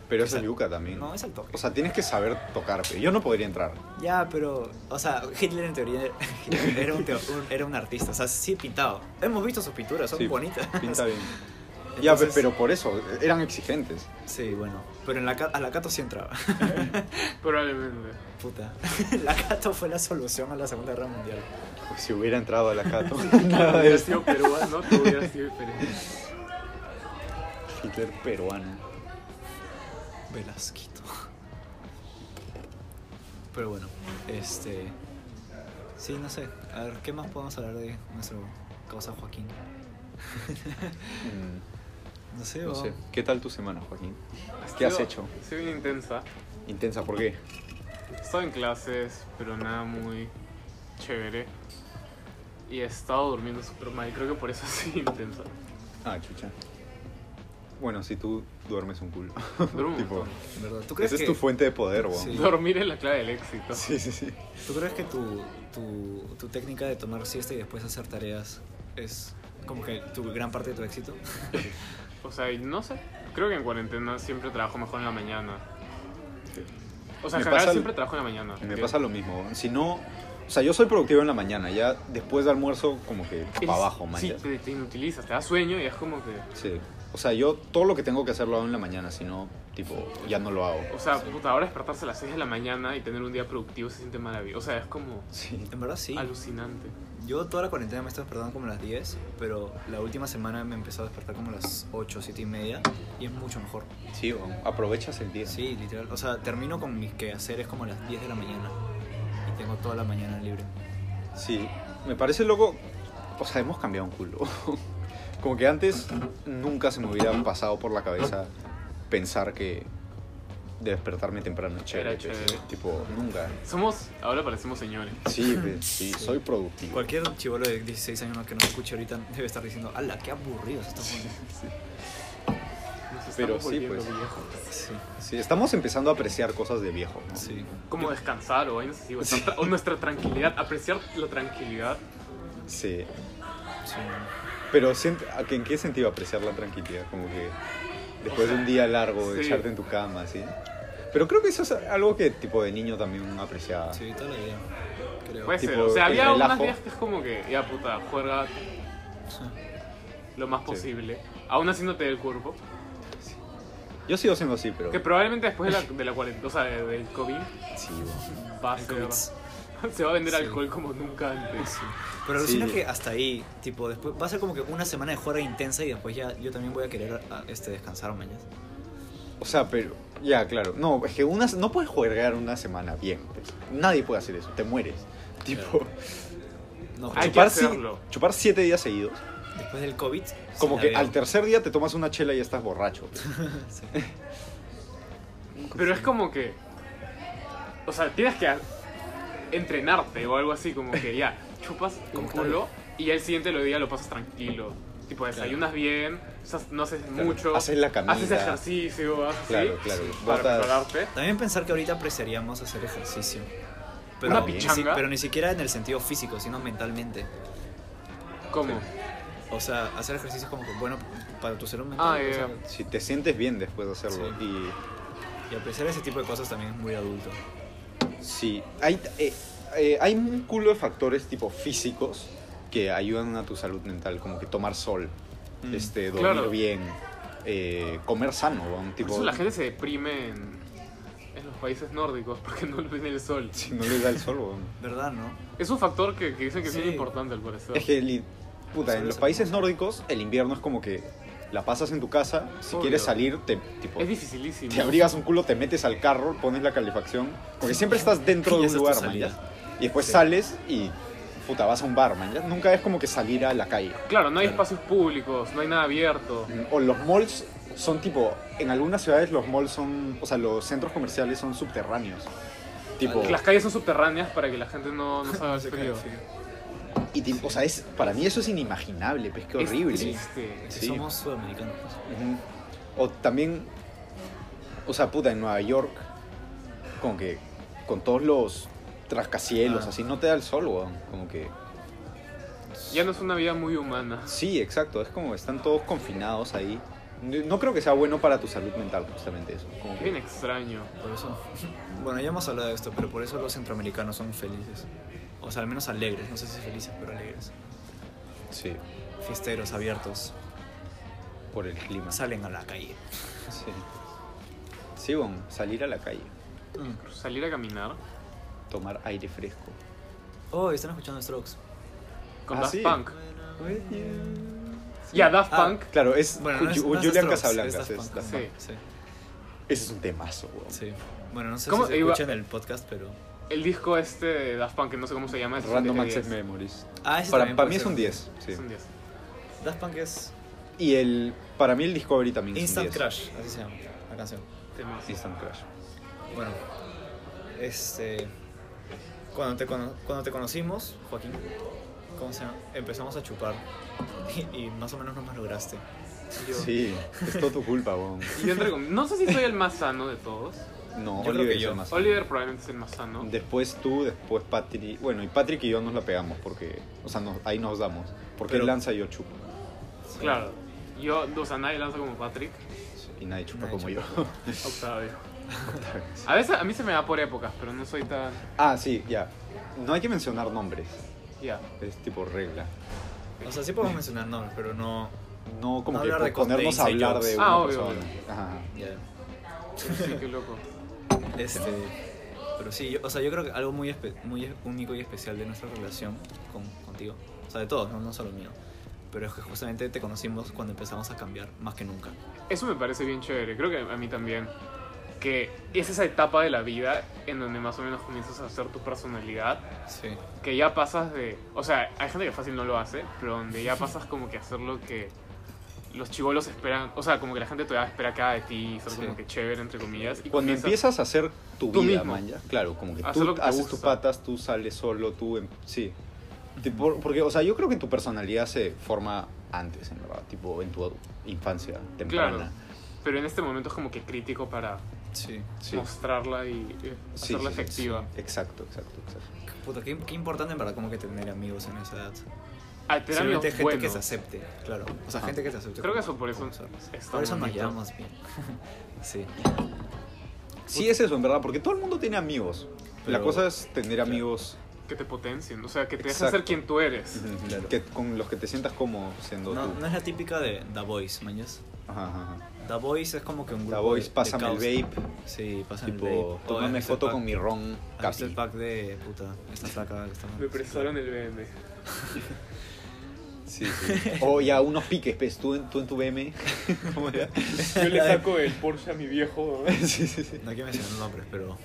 Speaker 1: Pero
Speaker 2: O
Speaker 1: es
Speaker 2: sea,
Speaker 1: el yuca también.
Speaker 2: No, es al toque.
Speaker 1: O sea, tienes que saber tocar, pero yo no podría entrar.
Speaker 2: Ya, pero, o sea, Hitler en teoría [LAUGHS] Hitler era un, teo- un- era un artista, o sea, sí pintaba. Hemos visto sus pinturas, son
Speaker 1: Sí,
Speaker 2: [LAUGHS] bonitas.
Speaker 1: Pinta bien. [LAUGHS] Ya,
Speaker 2: Entonces-
Speaker 1: pero por eso, eran exigentes.
Speaker 2: Sí, bueno. Pero en la, ca- a la Cato sí entraba. [LAUGHS]
Speaker 3: Probablemente.
Speaker 1: [LAUGHS]
Speaker 2: Puta. [LAUGHS] La Cato fue la solución a la Segunda Guerra Mundial.
Speaker 1: Pues si hubiera entrado a la Cato,
Speaker 3: Claro,
Speaker 1: [LAUGHS] nada de
Speaker 3: hubieras
Speaker 1: eso.
Speaker 3: sido peruano, tú hubieras sido diferente.
Speaker 1: Hitler peruano.
Speaker 2: Velasquito. Pero bueno, este. Sí, no sé. A ver, ¿qué más podemos hablar de nuestro causa Joaquín?
Speaker 1: Mm,
Speaker 2: No sé,
Speaker 1: no
Speaker 2: o-
Speaker 1: sé. ¿Qué tal tu semana, Joaquín? [LAUGHS]
Speaker 3: Ha
Speaker 1: ¿Qué has
Speaker 3: sido-
Speaker 1: hecho?
Speaker 3: ha sido bien intensa.
Speaker 1: Intensa, ¿por qué?
Speaker 3: He estado en clases, pero nada muy chévere. Y he estado durmiendo súper mal. y Creo que por eso [LAUGHS] ha sido intensa.
Speaker 1: Ah, chucha. Bueno, si tú duermes un culo.
Speaker 3: Duermo
Speaker 1: [LAUGHS]
Speaker 3: un
Speaker 1: tipo,
Speaker 3: montón.
Speaker 2: ¿Verdad? ¿Tú crees
Speaker 1: esa es
Speaker 2: que,
Speaker 1: tu fuente de poder, weón.
Speaker 2: Sí.
Speaker 3: Dormir es la clave del éxito.
Speaker 1: Sí, sí, sí.
Speaker 2: ¿tú crees que tu, tu, tu técnica de tomar siesta y después hacer tareas es como que tu gran parte de tu éxito?
Speaker 3: O sea, y no sé. Creo que en cuarentena siempre trabajo mejor en la mañana. O sea, en
Speaker 1: Me
Speaker 3: general
Speaker 1: pasa-
Speaker 3: siempre trabajo en la mañana.
Speaker 1: Me
Speaker 3: que-
Speaker 1: pasa lo mismo. weón. Si no. O sea, yo soy productivo en la mañana. Ya después de almuerzo, como que
Speaker 3: es-
Speaker 1: para abajo, man.
Speaker 3: Sí,
Speaker 1: ya.
Speaker 3: te, te inutilizas, te da sueño y es como que.
Speaker 1: Sí. O sea, yo todo lo que tengo que hacer lo hago en la mañana. Si no, tipo, ya no lo hago.
Speaker 3: O sea, puta, ahora despertarse a las 6 de la mañana y tener un día productivo se siente maravilloso. O sea, es como
Speaker 1: Sí.
Speaker 2: En verdad sí.
Speaker 3: alucinante.
Speaker 2: Yo toda la cuarentena me estaba despertando como a las 10, pero la última semana me empezó a despertar como a las 8, 7 y media y es mucho mejor.
Speaker 1: Sí, weón. aprovechas el día.
Speaker 2: Sí, literal. O sea, termino con mis quehaceres como a las 10 de la mañana y tengo toda la mañana libre.
Speaker 1: Sí, me parece loco. O sea, hemos cambiado un culo. [LAUGHS] Como que antes nunca se me hubiera pasado por la cabeza pensar que de despertarme temprano es chévere.
Speaker 3: Era
Speaker 1: pues.
Speaker 3: chévere.
Speaker 1: Tipo, nunca.
Speaker 3: Somos, ahora parecemos señores.
Speaker 1: Sí, pues, sí, soy productivo.
Speaker 2: Cualquier chivolo de 16 años más que nos escuche ahorita debe estar diciendo, ala, qué aburridos estos jóvenes".
Speaker 3: Nos estamos
Speaker 1: Pero sí,
Speaker 3: volviendo
Speaker 1: pues.
Speaker 3: viejos.
Speaker 2: Sí,
Speaker 1: Sí, estamos empezando a apreciar cosas de viejo. ¿no?
Speaker 2: sí.
Speaker 3: Como descansar o vainas así, o, estar- o nuestra tranquilidad, apreciar la tranquilidad.
Speaker 1: Sí.
Speaker 2: sí.
Speaker 1: Pero sient- ¿a que- ¿en qué sentido apreciar la tranquilidad? Como que después de un día largo, de
Speaker 3: Sí.
Speaker 1: echarte en tu cama, ¿sí? Pero creo que eso es algo que tipo de niño también apreciaba.
Speaker 2: Sí, toda la vida. Creo.
Speaker 3: Puede
Speaker 1: Tipo,
Speaker 3: ser, o sea,
Speaker 1: el
Speaker 3: había unas
Speaker 1: relajo.
Speaker 3: días que es como que, ya puta, juega lo más
Speaker 1: Sí.
Speaker 3: posible, aún haciéndote el cuerpo.
Speaker 1: Yo sigo siendo así, pero...
Speaker 3: Que probablemente después de la, de la cuarentena, o sea, de- del COVID,
Speaker 1: Sí, bueno.
Speaker 3: va a
Speaker 2: El
Speaker 3: ser-
Speaker 2: COVID.
Speaker 3: [LAUGHS] se va a vender
Speaker 2: Sí.
Speaker 3: alcohol como nunca antes.
Speaker 2: Pero alucina
Speaker 1: Sí.
Speaker 2: que hasta ahí, tipo, después va a ser como que una semana de juerga intensa y después ya yo también voy a querer a- este, descansar mañana.
Speaker 1: O sea, pero. Ya, claro. No, es que una, no puedes jugar una semana bien. pues. Nadie puede hacer eso. Te mueres. Tipo,
Speaker 2: No,
Speaker 3: Hay que
Speaker 1: chupar, si-
Speaker 3: hacerlo.
Speaker 1: chupar siete días seguidos.
Speaker 2: después del COVID.
Speaker 1: Como
Speaker 2: sí,
Speaker 1: que
Speaker 2: la
Speaker 1: al
Speaker 2: veo.
Speaker 1: tercer día te tomas una chela y estás borracho. pues.
Speaker 3: [LAUGHS]
Speaker 2: Sí.
Speaker 3: Pero es como que, o sea, tienes que a- entrenarte o algo así, como
Speaker 1: [LAUGHS]
Speaker 3: que ya, chupas un
Speaker 2: Como tal.
Speaker 3: culo y ya el siguiente lo día lo pasas tranquilo. Tipo, desayunas bien, o sea, no haces
Speaker 1: Claro,
Speaker 3: mucho,
Speaker 1: haces la camina.
Speaker 3: haces ejercicio, haces
Speaker 1: Claro,
Speaker 3: así,
Speaker 1: claro.
Speaker 3: para
Speaker 1: Botas-
Speaker 3: prepararte.
Speaker 2: También pensar que ahorita apreciaríamos hacer ejercicio.
Speaker 3: Una
Speaker 2: ni si-
Speaker 3: pichanga.
Speaker 2: pero ni siquiera en el sentido físico, sino mentalmente.
Speaker 3: ¿Cómo?
Speaker 2: O sea, hacer ejercicio es como que bueno para tu salud mental.
Speaker 3: Ah,
Speaker 2: o sea,
Speaker 3: ya,
Speaker 1: Si te sientes bien después de hacerlo.
Speaker 2: Y apreciar ese tipo de cosas también es muy adulto.
Speaker 1: Y sí. Hay, eh, eh, hay un culo de factores tipo físicos que ayudan a tu salud mental. Como que tomar sol,
Speaker 2: Mm.
Speaker 1: este, dormir
Speaker 3: Claro.
Speaker 1: bien, eh, comer sano. ¿no?
Speaker 3: Por
Speaker 1: Tipo,
Speaker 3: eso la gente se deprime en, en los países nórdicos [LAUGHS] porque no le ven el sol.
Speaker 1: [LAUGHS] Si no le da el sol, ¿no?
Speaker 2: ¿Verdad, no?
Speaker 3: Es un factor que, que dicen que es bien
Speaker 2: Sí.
Speaker 3: importante al parecer.
Speaker 1: Es que, li- puta,
Speaker 2: Eso
Speaker 1: en
Speaker 2: es
Speaker 1: los
Speaker 2: el-
Speaker 1: países nórdicos el invierno es como que la pasas en tu casa, si
Speaker 3: Obvio.
Speaker 1: quieres salir te, tipo,
Speaker 3: Es dificilísimo.
Speaker 1: te abrigas un culo, te metes al carro, pones la calefacción, porque siempre estás dentro
Speaker 2: Y
Speaker 1: de un
Speaker 2: esa es tu
Speaker 1: lugar, man,
Speaker 2: salida.
Speaker 1: ya. Y después
Speaker 2: Sí.
Speaker 1: sales y, puta, vas a un bar, man, ya. Nunca es como que salir a la calle.
Speaker 3: Claro, no hay
Speaker 2: Claro.
Speaker 3: espacios públicos, no hay nada abierto.
Speaker 1: O los malls son tipo, en algunas ciudades los malls son, o sea, los centros comerciales son subterráneos. Tipo,
Speaker 3: Las calles son subterráneas para que la gente no, no
Speaker 1: [LAUGHS]
Speaker 3: salga al
Speaker 2: Se
Speaker 3: frío.
Speaker 2: cae frío.
Speaker 1: y ti- o sea, es, para mí eso es inimaginable, pues qué horrible.
Speaker 3: Es triste.
Speaker 1: Sí.
Speaker 2: Somos sudamericanos. pues.
Speaker 1: Ujú. O también, o sea, puta, en Nueva York, como que con todos los trascacielos,
Speaker 2: Ah.
Speaker 1: así no te da el sol, weón. Como que.
Speaker 3: Ya no es una vida muy humana.
Speaker 1: Sí, exacto, es como están todos confinados ahí. No no creo que sea bueno para tu salud mental, justamente eso. Como
Speaker 3: Es
Speaker 1: que-
Speaker 3: bien extraño.
Speaker 2: Por eso. [LAUGHS] Bueno, ya hemos hablado de esto, pero por eso los centroamericanos son felices. O sea, al menos alegres. No sé si felices, pero alegres.
Speaker 1: sí.
Speaker 2: Fiesteros, abiertos.
Speaker 1: por el clima.
Speaker 2: Salen a la calle.
Speaker 1: Sí. Sí, bon, salir a la calle,
Speaker 3: Salir a caminar
Speaker 1: tomar aire fresco.
Speaker 2: Oh, están escuchando Strokes.
Speaker 3: con
Speaker 1: Ah,
Speaker 3: Daft
Speaker 1: sí.
Speaker 3: Punk. Ya, Daft
Speaker 2: Ah.
Speaker 3: Punk.
Speaker 1: Claro, es
Speaker 2: Bueno, no es-
Speaker 1: Ju-
Speaker 2: no es
Speaker 1: Julian
Speaker 2: Strokes, es
Speaker 1: Casablanca.
Speaker 2: Daft Punk.
Speaker 1: Daft
Speaker 3: Sí.
Speaker 1: Punk.
Speaker 2: Sí,
Speaker 1: Ese es un temazo, weón.
Speaker 2: sí. Bueno, no sé
Speaker 3: ¿Cómo?
Speaker 2: si se
Speaker 3: Iba-
Speaker 2: escucha en el podcast, pero.
Speaker 3: El disco este de Daft Punk, que no sé cómo se llama. Es
Speaker 1: Random
Speaker 3: 10.
Speaker 1: Access Memories.
Speaker 2: Ah, ese
Speaker 1: Para,
Speaker 2: también
Speaker 1: para
Speaker 2: puede
Speaker 1: mí es
Speaker 2: ser.
Speaker 1: un 10. sí.
Speaker 3: Es un 10.
Speaker 2: Daft Punk es
Speaker 1: Y el, para mí el Discovery también es un
Speaker 2: Instant
Speaker 1: 10.
Speaker 2: Crush, así se llama la canción.
Speaker 3: Temas.
Speaker 1: Instant Crush.
Speaker 2: Bueno, este. Cuando te, cono- cuando te conocimos, Joaquín, ¿cómo se llama? Empezamos a chupar y, y más o menos nos malograste.
Speaker 3: Yo-
Speaker 1: Sí, es todo tu culpa, weón.
Speaker 3: Yo entre com- no sé si soy el más sano de
Speaker 1: [LAUGHS]
Speaker 3: todos.
Speaker 1: No,
Speaker 2: Yo creo
Speaker 1: Oliver
Speaker 2: que
Speaker 1: es
Speaker 2: yo.
Speaker 1: el más.
Speaker 3: Oliver probablemente es el más sano.
Speaker 1: Después tú, después Patrick. Bueno, y Patrick y yo nos la pegamos porque. O sea, nos- ahí nos damos. Porque
Speaker 2: Pero-
Speaker 1: él lanza y yo chupo.
Speaker 3: Claro. Yo, o sea, nadie lanza como Patrick.
Speaker 1: [LAUGHS] Y nadie chupa
Speaker 2: Nadie
Speaker 1: como
Speaker 2: chupa.
Speaker 1: yo. [LAUGHS]
Speaker 3: Octavio. A veces a mí se me da por épocas, pero no soy tan.
Speaker 1: ah, sí, ya. No hay que mencionar nombres.
Speaker 3: Ya.
Speaker 1: Es tipo regla.
Speaker 2: O sea, sí podemos mencionar nombres, pero no.
Speaker 1: No como
Speaker 2: No
Speaker 1: que
Speaker 2: hablar de
Speaker 1: po- ponernos a
Speaker 2: cosplays,
Speaker 1: hablar
Speaker 2: jokes.
Speaker 1: de una
Speaker 3: Ah, obvio,
Speaker 1: persona. Ajá.
Speaker 2: ya.
Speaker 3: Sí, qué loco.
Speaker 2: Este, pero sí, yo- o sea, yo creo que algo muy, espe- muy único y especial de nuestra relación con, contigo, o sea, de todos, no, no solo mío, pero es que justamente te conocimos cuando empezamos a cambiar más que nunca.
Speaker 3: Eso me parece bien chévere. Creo que a mí también. Que es esa etapa de la vida en donde más o menos comienzas a hacer tu personalidad.
Speaker 2: Sí.
Speaker 3: que ya pasas de. O sea, hay gente que fácil no lo hace, pero donde
Speaker 1: [LAUGHS]
Speaker 3: ya pasas como que a hacer lo que los chivolos esperan. O sea, como que la gente todavía espera acá de ti, ser
Speaker 2: Sí.
Speaker 3: como que chévere, entre comillas. Y
Speaker 1: Cuando
Speaker 3: comienzas-
Speaker 1: empiezas a hacer tu
Speaker 3: Tú
Speaker 1: vida,
Speaker 3: mismo.
Speaker 1: man, ya, claro, como que
Speaker 3: Hacer
Speaker 1: tú
Speaker 3: lo que te
Speaker 1: haces
Speaker 3: gusta.
Speaker 1: tus patas, tú sales solo, tú, em- sí. Tipo, porque, o sea, yo creo que tu personalidad se forma antes, en verdad, tipo en tu infancia temprana.
Speaker 3: Claro. Pero en este momento es como que crítico para
Speaker 2: Sí.
Speaker 1: Sí.
Speaker 3: mostrarla y eh,
Speaker 1: Sí,
Speaker 3: hacerla
Speaker 1: sí, sí,
Speaker 3: efectiva.
Speaker 1: sí. Exacto, exacto, exacto.
Speaker 2: Puta, qué, qué importante en verdad como que tener amigos en esa edad.
Speaker 3: Al tener amigos
Speaker 2: Simplemente gente que
Speaker 3: buenos.
Speaker 2: se acepte, claro. O sea,
Speaker 1: Ajá.
Speaker 2: gente que se acepte.
Speaker 3: Ah, Creo que
Speaker 2: como-
Speaker 3: eso por eso
Speaker 2: como somos.
Speaker 3: es tan
Speaker 2: Por eso nos
Speaker 3: bonito.
Speaker 2: llevamos bien. [LAUGHS] sí.
Speaker 1: Sí es eso, en verdad, porque todo el mundo tiene amigos. La
Speaker 2: Pero-
Speaker 1: cosa es tener amigos
Speaker 3: Que te potencien, o sea, que te dejen
Speaker 1: Exacto.
Speaker 3: ser quien tú eres.
Speaker 1: ujú,
Speaker 2: Claro.
Speaker 1: que, con los que te sientas cómodo siendo
Speaker 2: No,
Speaker 1: tú.
Speaker 2: no es la típica de The Voice, mañas.
Speaker 1: Ajá, ajá, ajá.
Speaker 2: The Voice es como que un grupo
Speaker 1: La voice,
Speaker 2: de- de
Speaker 1: pásame el
Speaker 2: caos.
Speaker 1: vape,
Speaker 2: Sí, pásame el
Speaker 1: tipo,
Speaker 2: vape. Oh,
Speaker 1: tómame
Speaker 2: es el
Speaker 1: foto
Speaker 2: pack.
Speaker 1: con mi ron,
Speaker 2: Acá está el
Speaker 1: Capi.
Speaker 2: pack de puta, esta flaca que está mal.
Speaker 3: Me prestaron el BM.
Speaker 1: Sí, sí. O ya unos piques, pues, tú en, tú en tu BM. [LAUGHS] ¿Cómo era?
Speaker 3: Yo
Speaker 2: [LAUGHS]
Speaker 3: le saco el Porsche a mi viejo.
Speaker 1: Sí, sí, sí.
Speaker 2: No hay que mencionar nombres, pero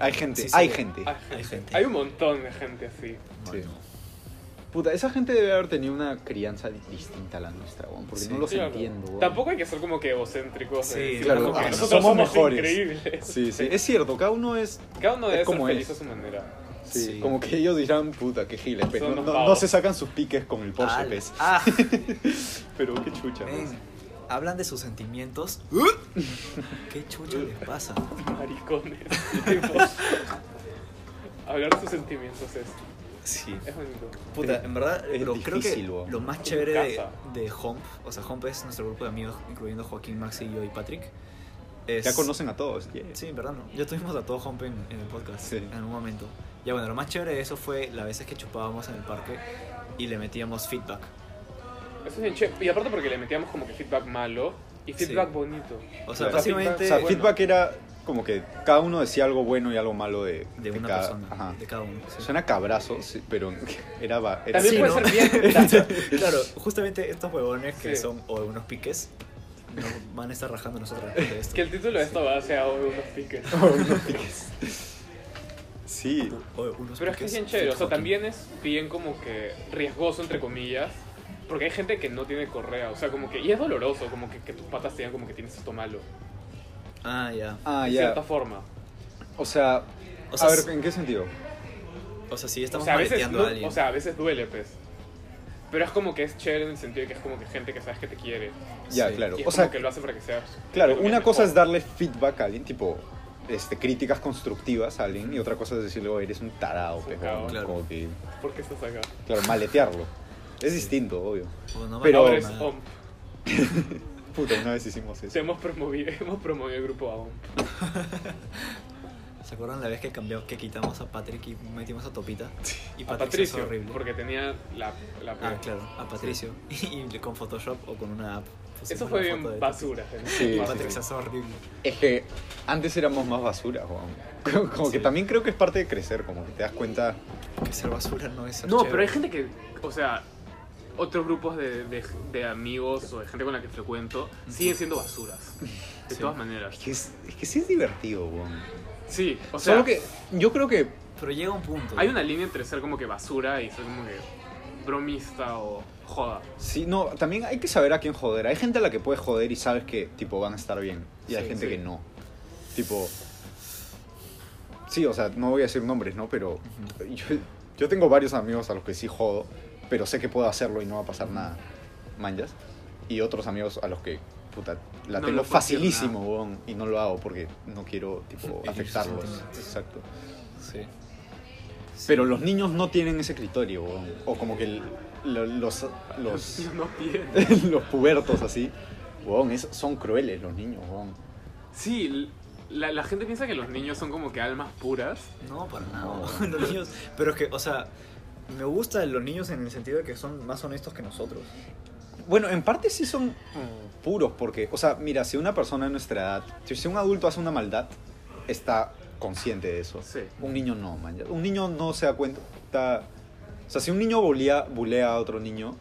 Speaker 1: Hay gente,
Speaker 2: Sí, sí.
Speaker 1: hay gente.
Speaker 2: hay gente.
Speaker 3: Hay un montón de gente así.
Speaker 2: Bueno,
Speaker 1: Puta, esa gente debe haber tenido una crianza di- distinta a la nuestra, weón, porque
Speaker 2: Sí.
Speaker 1: no los
Speaker 3: Claro.
Speaker 1: entiendo, weón.
Speaker 3: Tampoco hay que ser como que egocéntricos.
Speaker 2: Sí,
Speaker 3: de decir,
Speaker 2: claro,
Speaker 3: como que
Speaker 2: ah,
Speaker 3: nosotros
Speaker 1: somos
Speaker 3: somos,
Speaker 1: mejores.
Speaker 3: increíbles.
Speaker 1: Sí, sí, es cierto, cada uno es,
Speaker 3: Cada uno
Speaker 1: Es
Speaker 3: debe ser
Speaker 1: como
Speaker 3: feliz
Speaker 1: es.
Speaker 3: a su manera.
Speaker 1: sí,
Speaker 2: Sí.
Speaker 1: como que ellos dirán, puta, qué giles, pues,
Speaker 3: Son
Speaker 1: no,
Speaker 3: unos
Speaker 1: no-
Speaker 3: pavos.
Speaker 1: no se sacan sus piques con el Porsche,
Speaker 2: Al-
Speaker 1: pues.
Speaker 2: Ah,
Speaker 1: [LAUGHS] pero qué chucha, pues.
Speaker 2: ven, hablan de sus sentimientos.
Speaker 1: ¡Uh!
Speaker 2: ¿Qué chucha les pasa?
Speaker 3: Maricones. [LAUGHS] Tipos. Hablar de sus sentimientos es,
Speaker 2: Sí.
Speaker 3: es bonito.
Speaker 2: Puta, en verdad,
Speaker 1: Es
Speaker 2: lo- creo que
Speaker 1: difícil, weón.
Speaker 2: lo más chévere de,
Speaker 3: casa.
Speaker 2: de Hump, o sea, Hump es nuestro grupo de amigos, incluyendo Joaquín, Maxi, yo y Patrick. es-
Speaker 1: Ya conocen a todos, yeah.
Speaker 2: Sí, en verdad no. Ya tuvimos a todo Hump en, en el podcast
Speaker 1: Sí.
Speaker 2: en algún momento. Ya bueno, lo más chévere de eso fue las veces que chupábamos en el parque y le metíamos feedback.
Speaker 3: Eso es bien chévere. Y aparte porque le metíamos como que feedback malo y
Speaker 2: Sí.
Speaker 3: feedback bonito.
Speaker 2: O sea,
Speaker 1: Claro.
Speaker 2: básicamente
Speaker 1: O sea,
Speaker 3: Bueno.
Speaker 1: feedback era como que cada uno decía algo bueno y algo malo de,
Speaker 2: de una
Speaker 1: cada-
Speaker 2: persona,
Speaker 1: ajá.
Speaker 2: de cada uno. sí.
Speaker 1: Suena cabrazo, sí, pero [LAUGHS] era... va- era
Speaker 3: También
Speaker 1: sí,
Speaker 3: puede
Speaker 1: ¿no?
Speaker 3: ser bien.
Speaker 2: Claro, justamente estos huevones que
Speaker 3: Sí.
Speaker 2: son o unos piques nos van a estar rajando nosotros de esto.
Speaker 3: que el título de esto va sea hoy unos piques.
Speaker 1: [LAUGHS] Sí,
Speaker 2: O unos
Speaker 3: Pero es
Speaker 2: piques
Speaker 3: que es bien chévere. O sea,
Speaker 2: Joaquín.
Speaker 3: también es bien como que riesgoso, entre comillas. Porque hay gente que no tiene correa, o sea, como que... Y es doloroso, como que, que tus patas te digan como que tienes esto malo.
Speaker 2: Ah, ya.
Speaker 1: ah,
Speaker 3: de
Speaker 1: ya.
Speaker 3: cierta forma.
Speaker 1: O sea,
Speaker 2: O sea,
Speaker 1: a ver, ¿en qué sentido?
Speaker 2: o sea, sí, estamos
Speaker 3: o sea, a veces,
Speaker 2: maleteando
Speaker 3: no-
Speaker 2: a alguien.
Speaker 3: o sea, a veces duele, pues. Pero es como que es chévere en el sentido de que es como que gente que sabes que te quiere.
Speaker 1: Ya,
Speaker 2: Sí.
Speaker 1: claro.
Speaker 3: Y es
Speaker 1: O
Speaker 3: o
Speaker 1: sea,
Speaker 3: que lo hace para que seas.
Speaker 1: claro,
Speaker 3: creo que
Speaker 1: una
Speaker 3: mejor.
Speaker 1: cosa es darle feedback a alguien, tipo, este, críticas constructivas a alguien, y otra cosa es decirle, oh, eres un tarado,
Speaker 3: Un
Speaker 1: pero
Speaker 3: cagón.
Speaker 2: Claro.
Speaker 1: como que,
Speaker 3: ¿Por qué estás acá?
Speaker 1: claro, maletearlo. Es
Speaker 2: Sí.
Speaker 1: distinto, obvio.
Speaker 2: O no
Speaker 1: pero-
Speaker 2: me
Speaker 3: Ahora
Speaker 2: acuerdo
Speaker 3: es
Speaker 2: nada.
Speaker 3: OMP.
Speaker 1: Puta, una vez hicimos
Speaker 3: Te
Speaker 1: eso.
Speaker 3: [LAUGHS] hemos promovido, hemos promovido el grupo a OMP.
Speaker 2: O sea, ¿Se acuerdan la vez que cambió, que quitamos a Patrick y metimos a
Speaker 3: [LAUGHS]
Speaker 2: Topita? Y
Speaker 3: A
Speaker 2: se hizo
Speaker 3: Patricio,
Speaker 2: horrible.
Speaker 3: porque tenía la, la
Speaker 2: Ah,
Speaker 3: peor.
Speaker 2: claro, a Patricio. [LAUGHS] Y le- con Photoshop o con una app. pusimos
Speaker 3: Eso fue
Speaker 2: la
Speaker 3: bien
Speaker 2: foto de-
Speaker 3: basura. gente.
Speaker 1: Sí,
Speaker 2: Y
Speaker 1: sí,
Speaker 2: Patrick
Speaker 1: sí.
Speaker 2: se hizo horrible.
Speaker 1: Es que antes éramos más basura, Juan. Como que
Speaker 2: Sí.
Speaker 1: también creo que es parte de crecer, como que te das cuenta.
Speaker 2: Que ser basura no es ser
Speaker 3: No,
Speaker 2: chévere.
Speaker 3: pero hay gente que, o sea, otros grupos de, de- de amigos o de gente con la que frecuento siguen siendo basuras. De
Speaker 2: Sí.
Speaker 3: todas
Speaker 1: Es
Speaker 3: maneras.
Speaker 1: que, es, es que sí es divertido, Juan.
Speaker 3: Sí, o sea,
Speaker 1: Solo que yo creo que
Speaker 2: Pero llega un punto.
Speaker 3: hay una línea entre ser como que basura y ser como que bromista o joda.
Speaker 1: Sí, no, también hay que saber a quién joder. Hay gente a la que puedes joder y sabes que, tipo, van a estar bien. Y hay
Speaker 2: Sí,
Speaker 1: gente
Speaker 3: sí.
Speaker 1: que no. Tipo... Sí, o sea, no voy a decir nombres, ¿no? Pero yo, yo tengo varios amigos a los que sí jodo, pero sé que puedo hacerlo y no va a pasar nada. Manjas. Y otros amigos a los que, puta, la tengo
Speaker 3: No lo puedo hacer
Speaker 1: facilísimo, weón, y no lo hago porque no quiero,
Speaker 3: [LAUGHS]
Speaker 1: tipo,
Speaker 2: Herir sus
Speaker 1: afectarlos.
Speaker 2: sentimientos.
Speaker 1: Exacto.
Speaker 2: Sí.
Speaker 1: Pero los niños no tienen ese criterio, weón. O como que el- lo- los... los [LAUGHS]
Speaker 3: [LAUGHS] No tienen.
Speaker 1: los pubertos así. Weón, es- son crueles los niños, weón.
Speaker 3: Sí, l- la, la gente piensa que los niños son como que almas puras.
Speaker 2: No, para nada. [LAUGHS]
Speaker 1: No.
Speaker 2: los niños. Pero es que, o sea, me gustan los niños en el sentido de que son más honestos que nosotros.
Speaker 1: Bueno, en parte sí son mm, puros, porque, o sea, mira, si una persona de nuestra edad, si si un adulto hace una maldad, está consciente de eso.
Speaker 3: Sí.
Speaker 1: Un niño no, man. ya- Un niño no se da cuenta. O sea, si un niño bulea, bulea a otro niño,